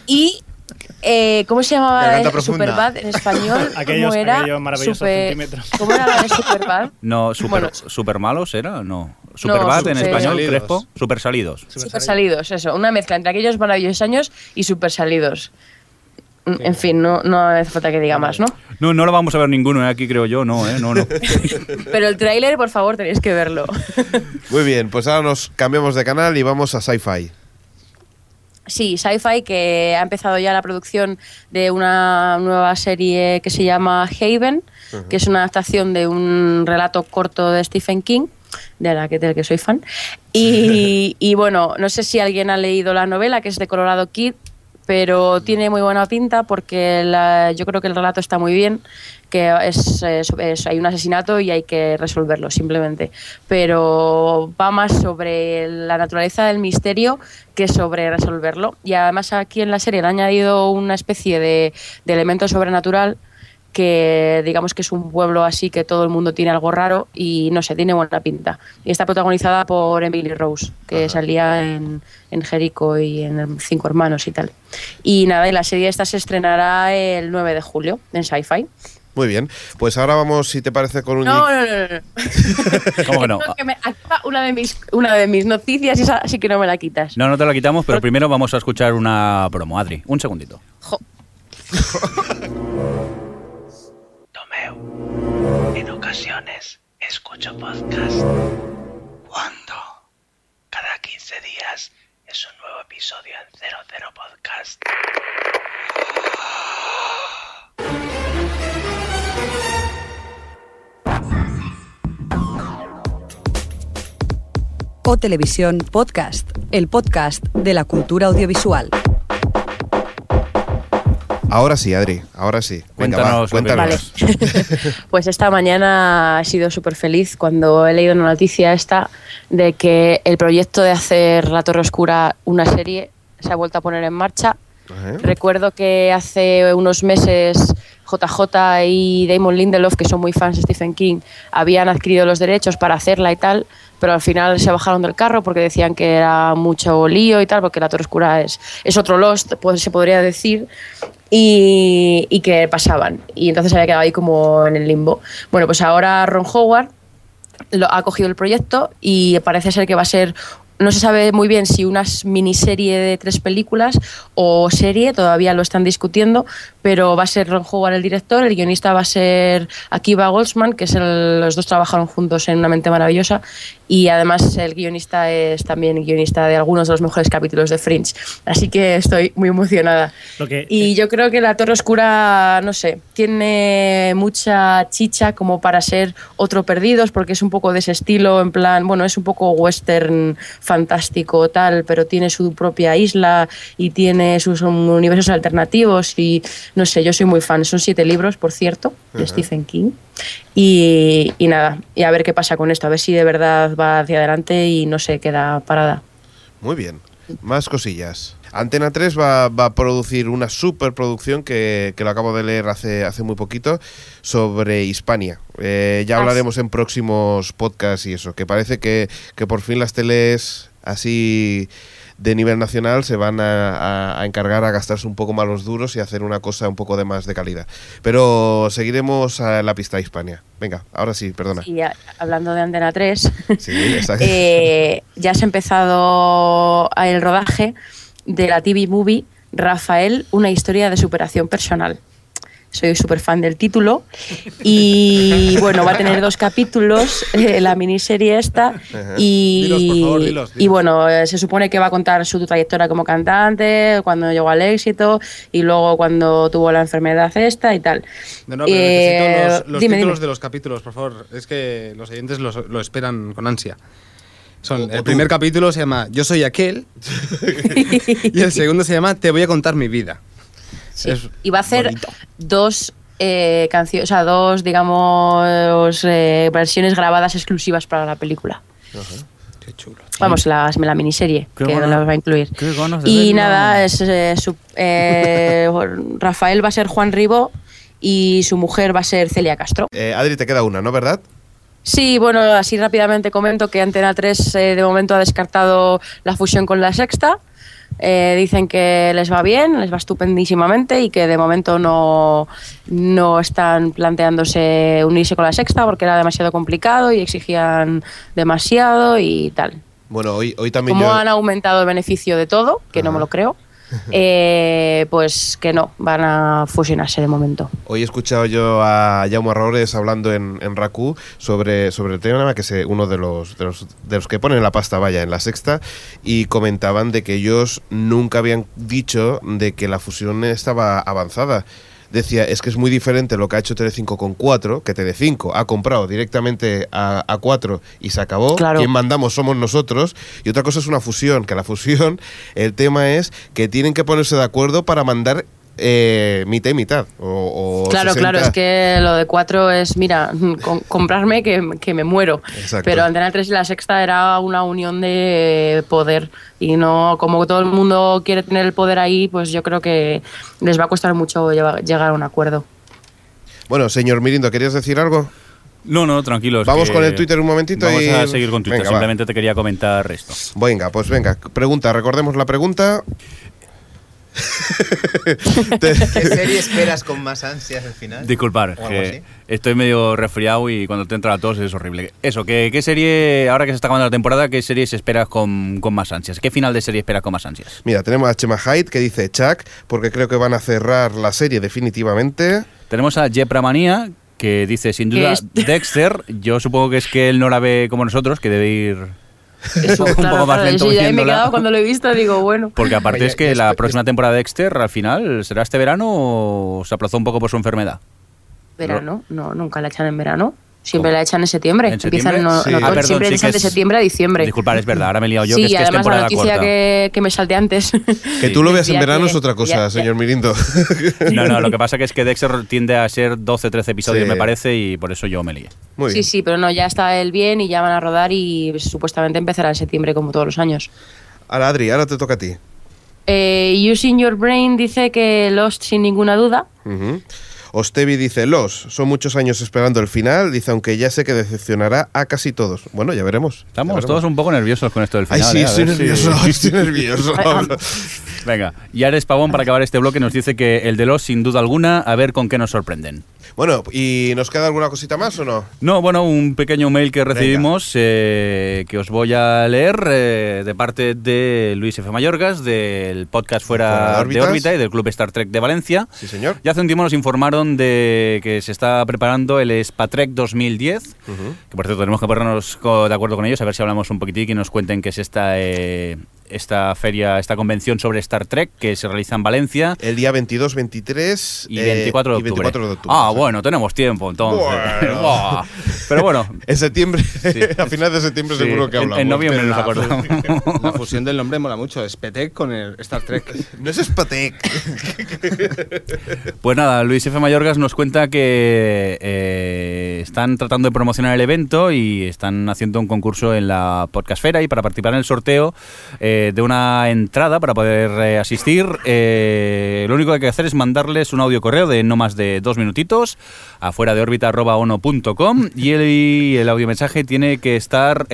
y... eh, ¿Cómo se llamaba
Garganta
eh,
profunda.
Superbad en español?
Aquellos-
¿Cómo era?
aquellos maravillosos
Super-
centímetros.
¿Cómo era la de Superbad?
No, super,
Bueno,
super malos era, no. Superbad en
super-
español,
Salidos.
Crespo. Super salidos.
Super salidos, eso, una mezcla entre aquellos maravillosos años y super salidos. Mm, En fin, no, no hace falta que diga más, ¿no?
No, no lo vamos a ver ninguno, ¿eh? aquí creo yo, no, ¿eh? no, no.
Pero el tráiler, por favor, tenéis que verlo.
Muy bien, pues ahora nos cambiamos de canal y vamos a Sci-Fi.
Sí, Sci-Fi, que ha empezado ya la producción de una nueva serie que se llama Haven, que es una adaptación de un relato corto de Stephen King, de la que, del que soy fan. Y, y bueno, no sé si alguien ha leído la novela, que es de Colorado Kid, pero tiene muy buena pinta porque la- yo creo que el relato está muy bien, que es, eh, so- es- hay un asesinato y hay que resolverlo simplemente. Pero va más sobre la naturaleza del misterio que sobre resolverlo. Y además aquí en la serie le han añadido una especie de, de elemento sobrenatural que digamos que es un pueblo así que todo el mundo tiene algo raro y no sé, tiene buena pinta. Y está protagonizada por Emily Rose, que salía en, en Jericho y en Cinco Hermanos y tal. Y nada, y la serie esta se estrenará el 9 de julio en Sci-Fi.
Muy bien. Pues ahora vamos, si te parece, con un...
No, no, no, no, no.
¿Cómo que no?
Tengo me- acaba una, de mis, una de mis noticias y esa sí que no me la quitas.
No, no te la quitamos, pero primero vamos a escuchar una promo. Adri, un segundito.
Jo.
Tomeu, en ocasiones escucho podcast. ¿Cuándo? Cada 15 días es un nuevo episodio en 00 Podcast.
O Televisión Podcast, el podcast de la cultura audiovisual.
Ahora sí, Adri, ahora sí. Venga,
Cuéntanos
va,
lo que
Vale.
vemos.
pues esta mañana he sido súper feliz cuando he leído una noticia esta de que el proyecto de hacer La Torre Oscura una serie se ha vuelto a poner en marcha.
Ajá.
Recuerdo que hace unos meses JJ y Damon Lindelof, que son muy fans de Stephen King, habían adquirido los derechos para hacerla y tal, pero al final se bajaron del carro porque decían que era mucho lío y tal, porque La Torre Oscura es, es otro Lost, pues, se podría decir, y, y que pasaban. Y entonces había quedado ahí como en el limbo. Bueno, pues ahora Ron Howard lo, ha cogido el proyecto y parece ser que va a ser, no se sabe muy bien si una s- miniserie de tres películas o serie, todavía lo están discutiendo, pero va a ser Ron Howard el director, el guionista va a ser Akiva Goldsman, que es el- los dos trabajaron juntos en Una mente maravillosa, y además el guionista es también guionista de algunos de los mejores capítulos de Fringe, así que estoy muy emocionada.
Lo que, eh,
Y yo creo que la Torre Oscura, no sé, tiene mucha chicha como para ser otro Perdidos, porque es un poco de ese estilo, en plan, bueno, es un poco western fantástico tal, pero tiene su propia isla y tiene sus universos alternativos y no sé, yo soy muy fan. Son siete libros, por cierto, de Stephen King. Y, y nada, y a ver qué pasa con esto, a ver si de verdad va hacia adelante y no se queda parada.
Muy bien. Más cosillas. Antena 3 va, va a producir una superproducción que, que lo acabo de leer hace, hace muy poquito sobre Hispania. Eh, ya
Ah,
hablaremos en próximos podcasts y eso, que parece que, que por fin las teles así de nivel nacional se van a, a- a encargar a gastarse un poco más los duros y hacer una cosa un poco de más de calidad. Pero seguiremos a la pista Hispania. Venga, ahora sí, perdona.
Y a- hablando de Antena 3,
Sí, exacto.
Eh, ya se ha empezado el rodaje de la TV movie Rafael, una historia de superación personal. Soy súper fan del título y bueno, va a tener dos capítulos, eh, la miniserie esta y,
Dilos, por favor, dilos,
y
dilos.
bueno, eh, se supone que va a contar su trayectoria como cantante, cuando llegó al éxito y luego cuando tuvo la enfermedad esta y tal.
No, no, pero
Eh,
necesito los, los
dime,
títulos
dime.
de los capítulos, por favor. Es que los oyentes los- lo esperan con ansia. Son,
O- o
el
tú.
primer capítulo se llama Yo soy aquel y el segundo se llama Te voy a contar mi vida.
Sí.
Es
y va a hacer
bonito.
dos eh, canciones, o sea, dos, digamos, eh, versiones grabadas exclusivas para la película.
Qué chulo.
Vamos, la, la miniserie,
Qué
que
ganas-
la va a incluir.
qué ganas de
Y
verla.
nada, es, eh, su- eh, Rafael va a ser Juan Ribó y su mujer va a ser Celia Castro.
Eh, Adri, te queda una, ¿no? ¿Verdad?
Sí, bueno, así rápidamente comento que Antena 3 eh, de momento ha descartado la fusión con la sexta. Eh, dicen que les va bien, les va estupendísimamente y que de momento no, no están planteándose unirse con la sexta porque era demasiado complicado y exigían demasiado y tal.
Bueno, hoy, hoy también
Como
yo...
han aumentado el beneficio de todo, que no me lo creo, eh, pues que no, van a fusionarse de momento.
Hoy he escuchado yo a Jaume Arrores hablando en, en RACU sobre, sobre el tema, que es eh, uno de los, de, los, de los que ponen la pasta, vaya, en la sexta, y comentaban de que ellos nunca habían dicho de que la fusión estaba avanzada. Decía, es que es muy diferente lo que ha hecho Telecinco con 4, que Telecinco ha comprado directamente a, a 4 y se acabó.
Claro.
Quien mandamos somos nosotros. Y otra cosa es una fusión, que la fusión, el tema es que tienen que ponerse de acuerdo para mandar eh, mitad y mitad. O, o
Claro,
60.
claro, es que lo de cuatro es, mira, com- comprarme que, que me muero.
Exacto.
Pero Antena 3 y la sexta era una unión de poder y no, como todo el mundo quiere tener el poder ahí, pues yo creo que les va a costar mucho lleva- llegar a un acuerdo.
Bueno, señor Mirindo, ¿querías decir algo?
No, no, tranquilos.
Vamos
que
con el Twitter un momentito
Vamos
y-
a seguir con Twitter.
Venga, va.
Simplemente te quería comentar esto.
Venga, pues venga, pregunta, recordemos la pregunta.
¿Qué serie esperas con más ansias al final?
Disculpar,
O algo
que
así.
estoy medio resfriado y cuando te entra la tos es horrible. Eso, ¿qué, qué serie, ahora que se está acabando la temporada, qué series esperas con, con más ansias? ¿Qué final de serie esperas con más ansias?
Mira, tenemos a Chema Hyde que dice Chuck, porque creo que van a cerrar la serie definitivamente.
Tenemos a Jepramanía, que dice, sin
Que
duda,
es-
Dexter. Yo supongo que es que él no la ve como nosotros, que debe ir
Eso,
un
claro,
poco más
claro, sí,
lento
ahí me he
viéndola.
quedado cuando lo he visto, digo, bueno.
Porque aparte
Oye,
es que
esto-
la
esto-
próxima temporada de Dexter, al final, ¿será este verano o se aplazó un poco por su enfermedad?
Verano, no, nunca la echan en verano. Siempre la echan en septiembre.
¿En
Empiezan
septiembre?
en o-
Sí.
en
Ah,
otoño.
perdón,
siempre
sí que
empiezan de
es-
septiembre a diciembre.
Disculpar, es verdad, ahora me he liado yo,
sí,
que es que es
además la
temporada
noticia
corta.
que, que me salté antes.
Que tú lo veas en
Decía
verano
que-
es otra cosa,
ya- ya-
señor Mirindo.
No, no, lo que pasa que es que Dexter tiende a ser 12-13 episodios,
Sí.
me parece, y por eso yo me lié.
Muy
sí,
bien.
sí, pero no, ya está el bien y ya van a rodar y supuestamente empezará en septiembre como todos los años.
Ahora, Adri, ahora te toca a ti.
Eh, Using Your Brain dice que Lost sin ninguna duda.
Ujú. Ostevi dice, los, son muchos años esperando el final, dice, aunque ya sé que decepcionará a casi todos. Bueno, ya veremos. ya
Estamos
veremos.
todos un poco nerviosos con esto del
Ay,
final.
sí,
¿eh? A
estoy
ver si-
nervioso, estoy nervioso.
Venga, y Ares Pavón, para acabar este bloque, nos dice que el de los, sin duda alguna, a ver con qué nos sorprenden.
bueno, ¿y nos queda alguna cosita más o no?
No, bueno, un pequeño mail que recibimos eh, que os voy a leer eh, de parte de Luis F. Mayorgas, del podcast
Fuera de
Fuera, de
órbitas.
órbita y del Club Star Trek de Valencia.
Sí, señor.
Ya hace un tiempo nos informaron de que se está preparando el Spatrek 2010, que por cierto tenemos que ponernos co- de acuerdo con ellos, a ver si hablamos un poquitín y nos cuenten qué es esta, eh, esta feria, esta convención sobre Star Trek que se realiza en Valencia.
El día 22, 23
Y
eh,
24 de
y
octubre.
24 de octubre,
Ah,
o sea.
bueno, tenemos tiempo entonces.
Bueno.
Buah. Pero bueno,
En septiembre, a finales de septiembre
Sí,
seguro que
en- en
hablamos.
noviembre
Pero
nos
la-
acordamos.
La fusión del nombre mola mucho, Spetec con el Star Trek.
No es Spatec.
Pues nada, Luis F. Mayorgas nos cuenta que eh, están tratando de promocionar el evento y están haciendo un concurso en la podcastfera y para participar en el sorteo eh, de una entrada para poder eh, asistir, eh, lo único que hay que hacer es mandarles un audio correo de no más de dos minutitos afuera de órbita arroba ono punto com, y el, y el audio mensaje tiene que estar,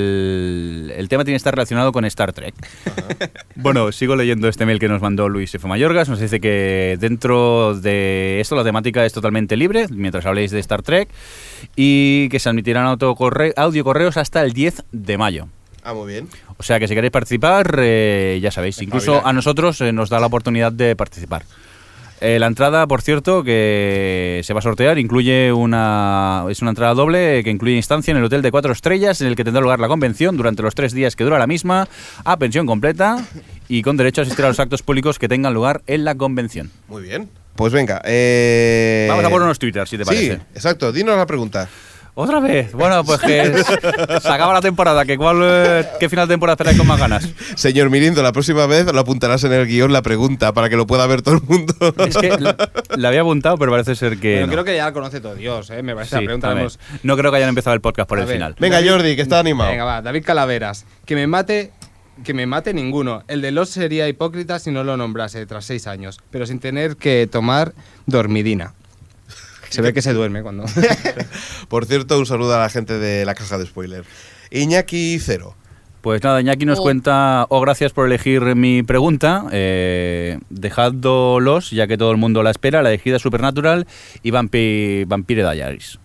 el, el tema tiene que estar relacionado con Star Trek. Bueno, sigo leyendo este mail que nos mandó Luis F. Mayorgas. Nos dice que dentro de esto la temática es totalmente libre, mientras habléis de Star Trek, y que se admitirán autocorre- audio correos hasta el 10 de mayo.
Ah, muy bien.
O sea que si queréis participar, eh, ya sabéis. Incluso
Espabilad.
a nosotros eh, nos da la oportunidad de participar. Eh, la entrada, por cierto, que se va a sortear, incluye una. Es una entrada doble que incluye instancia en el hotel de cuatro estrellas en el que tendrá lugar la convención durante los tres días que dura la misma, a pensión completa y con derecho a asistir a los actos públicos que tengan lugar en la convención.
Muy bien. Pues venga. eh,
Vamos a por unos Twitter, si te
Sí,
parece.
exacto. Dinos la pregunta.
¿Otra vez? Bueno, pues que se acaba la temporada. Que cuál, eh, ¿Qué final de temporada esperáis con más ganas?
Señor Mirindo, la próxima vez lo apuntarás en el guión la pregunta para que lo pueda ver todo el mundo.
Es que la, la había apuntado, pero parece ser que.
Bueno,
no.
creo que ya la conoce todo Dios, ¿eh? Me parece
Sí,
la pregunta. la
a ver.
hemos-
No creo que hayan empezado el podcast por
A
el
ver.
final.
Venga, Jordi, que está animado.
Venga, va, David Calaveras. Que me mate. Que me mate ninguno. El de los sería hipócrita si no lo nombrase tras seis años, pero sin tener que tomar dormidina. Se ve que se duerme cuando.
Por cierto, un saludo a la gente de la caja de spoiler. Iñaki Cero.
Pues nada, Iñaki nos
Oh.
cuenta, oh, gracias por elegir mi pregunta, eh, dejadlos, ya que todo el mundo la espera, la elegida Supernatural y Vampi- Vampire Diaries.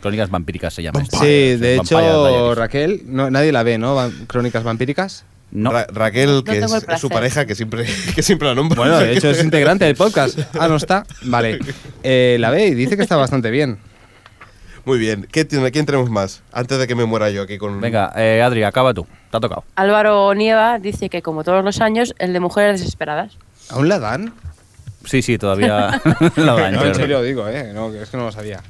Crónicas vampíricas se llama. esto.
sí, de
Vampire
hecho,
Diaries.
Raquel, no, nadie la ve, ¿no? Van- Crónicas vampíricas.
No.
Ra- Raquel, que
tengo
es,
el
es su
placer.
pareja, que siempre, que siempre la nombra.
Bueno, de hecho es integrante del podcast. Ah, no está. Vale. Eh, la ve y dice que está bastante bien.
Muy bien. ¿Qué tiene- ¿Quién tenemos más? Antes de que me muera yo aquí con.
Venga, eh, Adri, acaba tú, te ha tocado.
Álvaro Nieva dice que como todos los años, el de mujeres desesperadas.
¿Aún la dan?
Sí, sí, todavía la va,
No, en
en teoría.
serio digo, ¿eh? No, es que no lo sabía.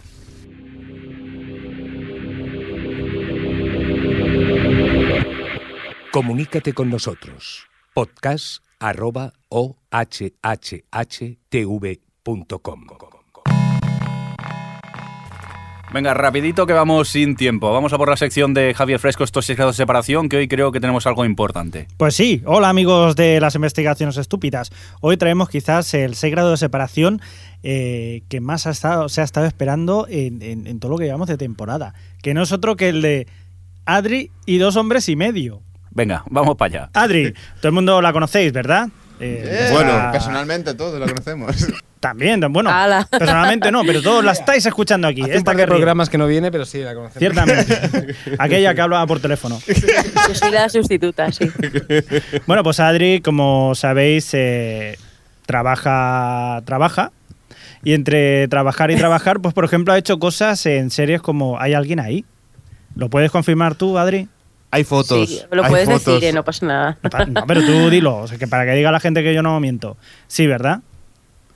Comunícate con nosotros. Podcast arroba ohhhtv.com.
Venga, rapidito que vamos sin tiempo. Vamos a por la sección de Javier Fresco, estos 6 grados de separación, que hoy creo que tenemos algo importante.
Pues sí, hola amigos de las investigaciones estúpidas. Hoy traemos quizás el 6 grado de separación eh, que más ha estado, se ha estado esperando en, en- en todo lo que llevamos de temporada. Que no es otro que el de Adri y dos hombres y medio.
Venga, vamos para allá.
Adri, todo el mundo la conocéis, ¿verdad? Eh,
bueno,
nuestra-
personalmente todos lo conocemos.
También, bueno, personalmente no, pero todos la estáis escuchando aquí. ¿eh?
Hace un
esta
par de
que ríe.
programas que no viene, pero sí, la conocemos.
Ciertamente. Aquella que hablaba por teléfono.
Yo soy la sustituta, sí.
Bueno, pues Adri, como sabéis, eh, trabaja, trabaja. Y entre trabajar y trabajar, pues por ejemplo, ha hecho cosas en series como ¿Hay alguien ahí? ¿Lo puedes confirmar tú, Adri?
Hay fotos.
Sí, lo puedes decir, eh, no pasa nada.
No, pero tú dilo, o sea, que para que diga la gente que yo no miento. Sí, ¿verdad?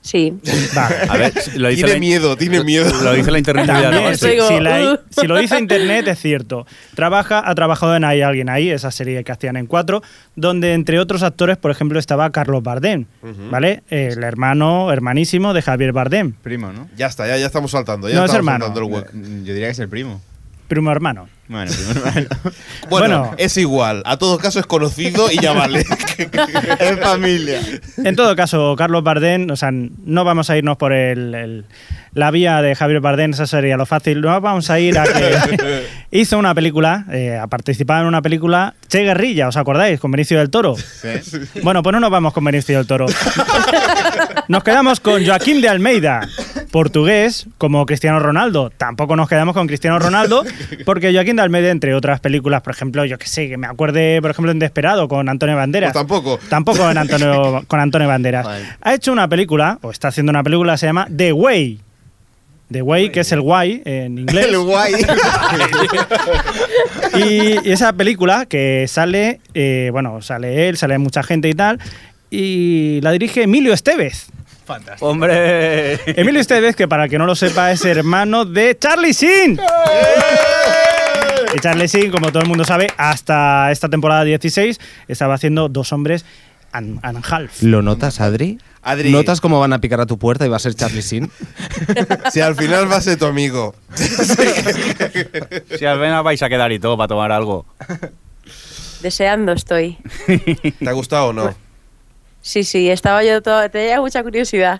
Sí.
Vale.
A ver, lo dice
Tiene
la-
miedo, tiene miedo.
Lo dice la internet.
También,
ya, ¿no?
sí,
Sí.
si, la- si lo dice internet es cierto. Trabaja, ha trabajado en Hay alguien ahí, esa serie que hacían en cuatro, donde entre otros actores, por ejemplo, estaba Carlos Bardem, ¿vale? El hermano, hermanísimo de Javier Bardem,
Primo, ¿no?
Ya está, ya, ya estamos saltando. Ya
No es
estamos
hermano.
saltando el hueco.
Yo diría que es el primo.
primo hermano.
Bueno, primo hermano.
Bueno,
Bueno.
es igual. A todo caso es conocido y ya vale.
es familia.
En todo caso, Carlos Bardem, o sea, no vamos a irnos por el, el- la vía de Javier Bardem, esa sería lo fácil. No vamos a ir a que hizo una película, eh, ha participado en una película, Che Guerrilla, ¿os acordáis? Con Benicio del Toro.
Sí.
Bueno, pues no nos vamos con Benicio del Toro. Nos quedamos con Joaquín de Almeida, portugués, como Cristiano Ronaldo. Tampoco nos quedamos con Cristiano Ronaldo, porque Joaquín de Almeida, entre otras películas, por ejemplo, yo que sé, que me acuerde, por ejemplo, en Desperado con Antonio Banderas.
Pues tampoco.
Tampoco en Antonio, con Antonio Banderas.
Vale.
Ha hecho una película, o está haciendo una película, se llama The Way. The Way, que es el guay en inglés.
El guay.
Y, y esa película que sale, eh, bueno, sale él, sale mucha gente y tal, y la dirige Emilio Estevez.
Hombre.
Emilio Estevez, que para el que no lo sepa, es hermano de Charlie Sin.
¡Eh!
Y Charlie Sin, como todo el mundo sabe, hasta esta temporada 16 estaba haciendo dos hombres and, and half.
¿Lo notas, Adri?
Adri.
¿Notas cómo van a picar a tu puerta y va a ser Charlie Sin?
Si al final va a ser tu amigo.
Si al final vais a quedar y todo para tomar algo.
Deseando estoy.
¿Te ha gustado o no?
Sí, sí, estaba yo todo. Tenía mucha curiosidad.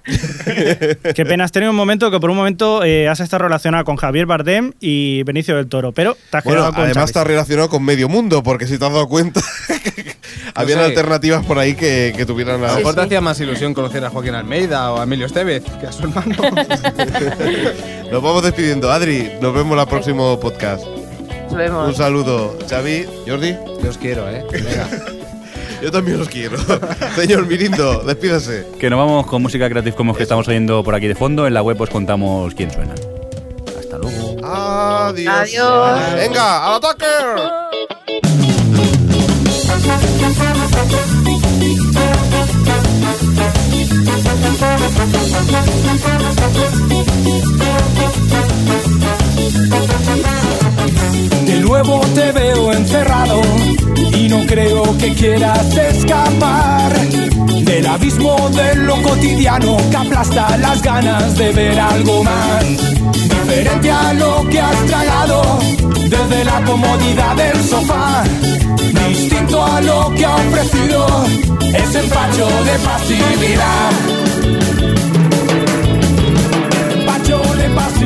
Qué pena, has tenido un momento que por un momento eh, has estado relacionada con Javier Bardem y Benicio del Toro, pero te has
Bueno,
quedado con
además está
Charlie Sheen.
relacionado con medio mundo, porque si te has dado cuenta, habían
sé.
alternativas por ahí que, que tuvieran la.
A lo mejor te
sí.
hacía más ilusión conocer a Joaquín Almeida o a Emilio Estevez que a su hermano.
Nos vamos despidiendo. Adri, nos vemos en el próximo podcast.
Nos
Un
vemos.
saludo. Xavi, Jordi,
Yo os quiero, ¿eh? Venga.
yo también los quiero. Señor Mirindo, despídase.
Que nos vamos con música creative como que estamos oyendo por aquí de fondo. En la web os contamos quién suena. Hasta luego.
Adiós.
Adiós.
Venga, al ataque.
De nuevo te veo encerrado y no creo que quieras escapar del abismo de lo cotidiano que aplasta las ganas de ver algo más. Diferente a lo que has tragado desde la comodidad del sofá, distinto a lo que ha ofrecido ese empacho de pasividad. Empacho de pasividad.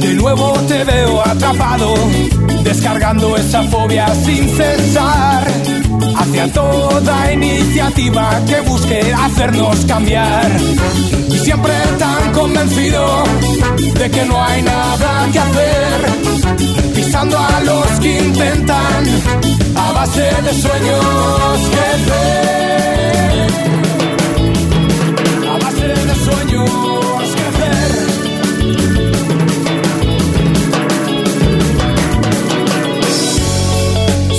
De nuevo te veo atrapado, descargando esa fobia sin cesar. Hacia toda iniciativa que busque hacernos cambiar. Y siempre tan convencido de que no hay nada que hacer. Pisando a los que intentan, a base de sueños crecer. A base de sueños crecer.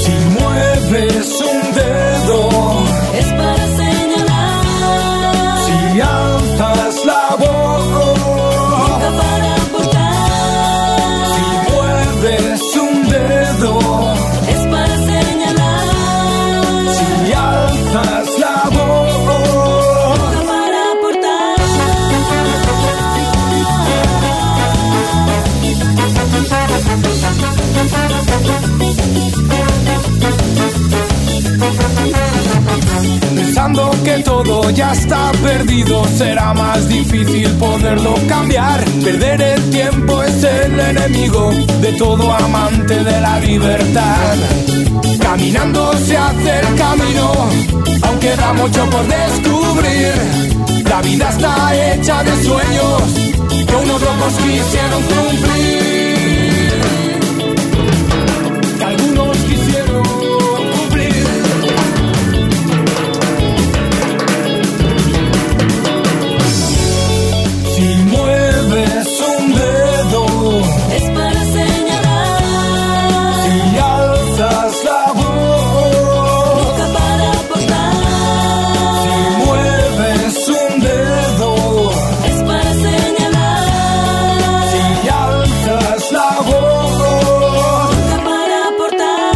Si mueves un dedo,
Es para señalar.
si alzas la voz, porque todo ya está perdido. Será más difícil poderlo cambiar. Perder el tiempo es el enemigo de todo amante de la libertad. Caminando se hace el camino, aunque da mucho por descubrir. La vida está hecha de sueños que unos locos quisieron cumplir. Que algunos quisieron cumplir. Si mueves un dedo,
Es para señalar,
si alzas la voz,
nunca para aportar.
si mueves un dedo,
Es para señalar,
si alzas la voz.
nunca para aportar.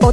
O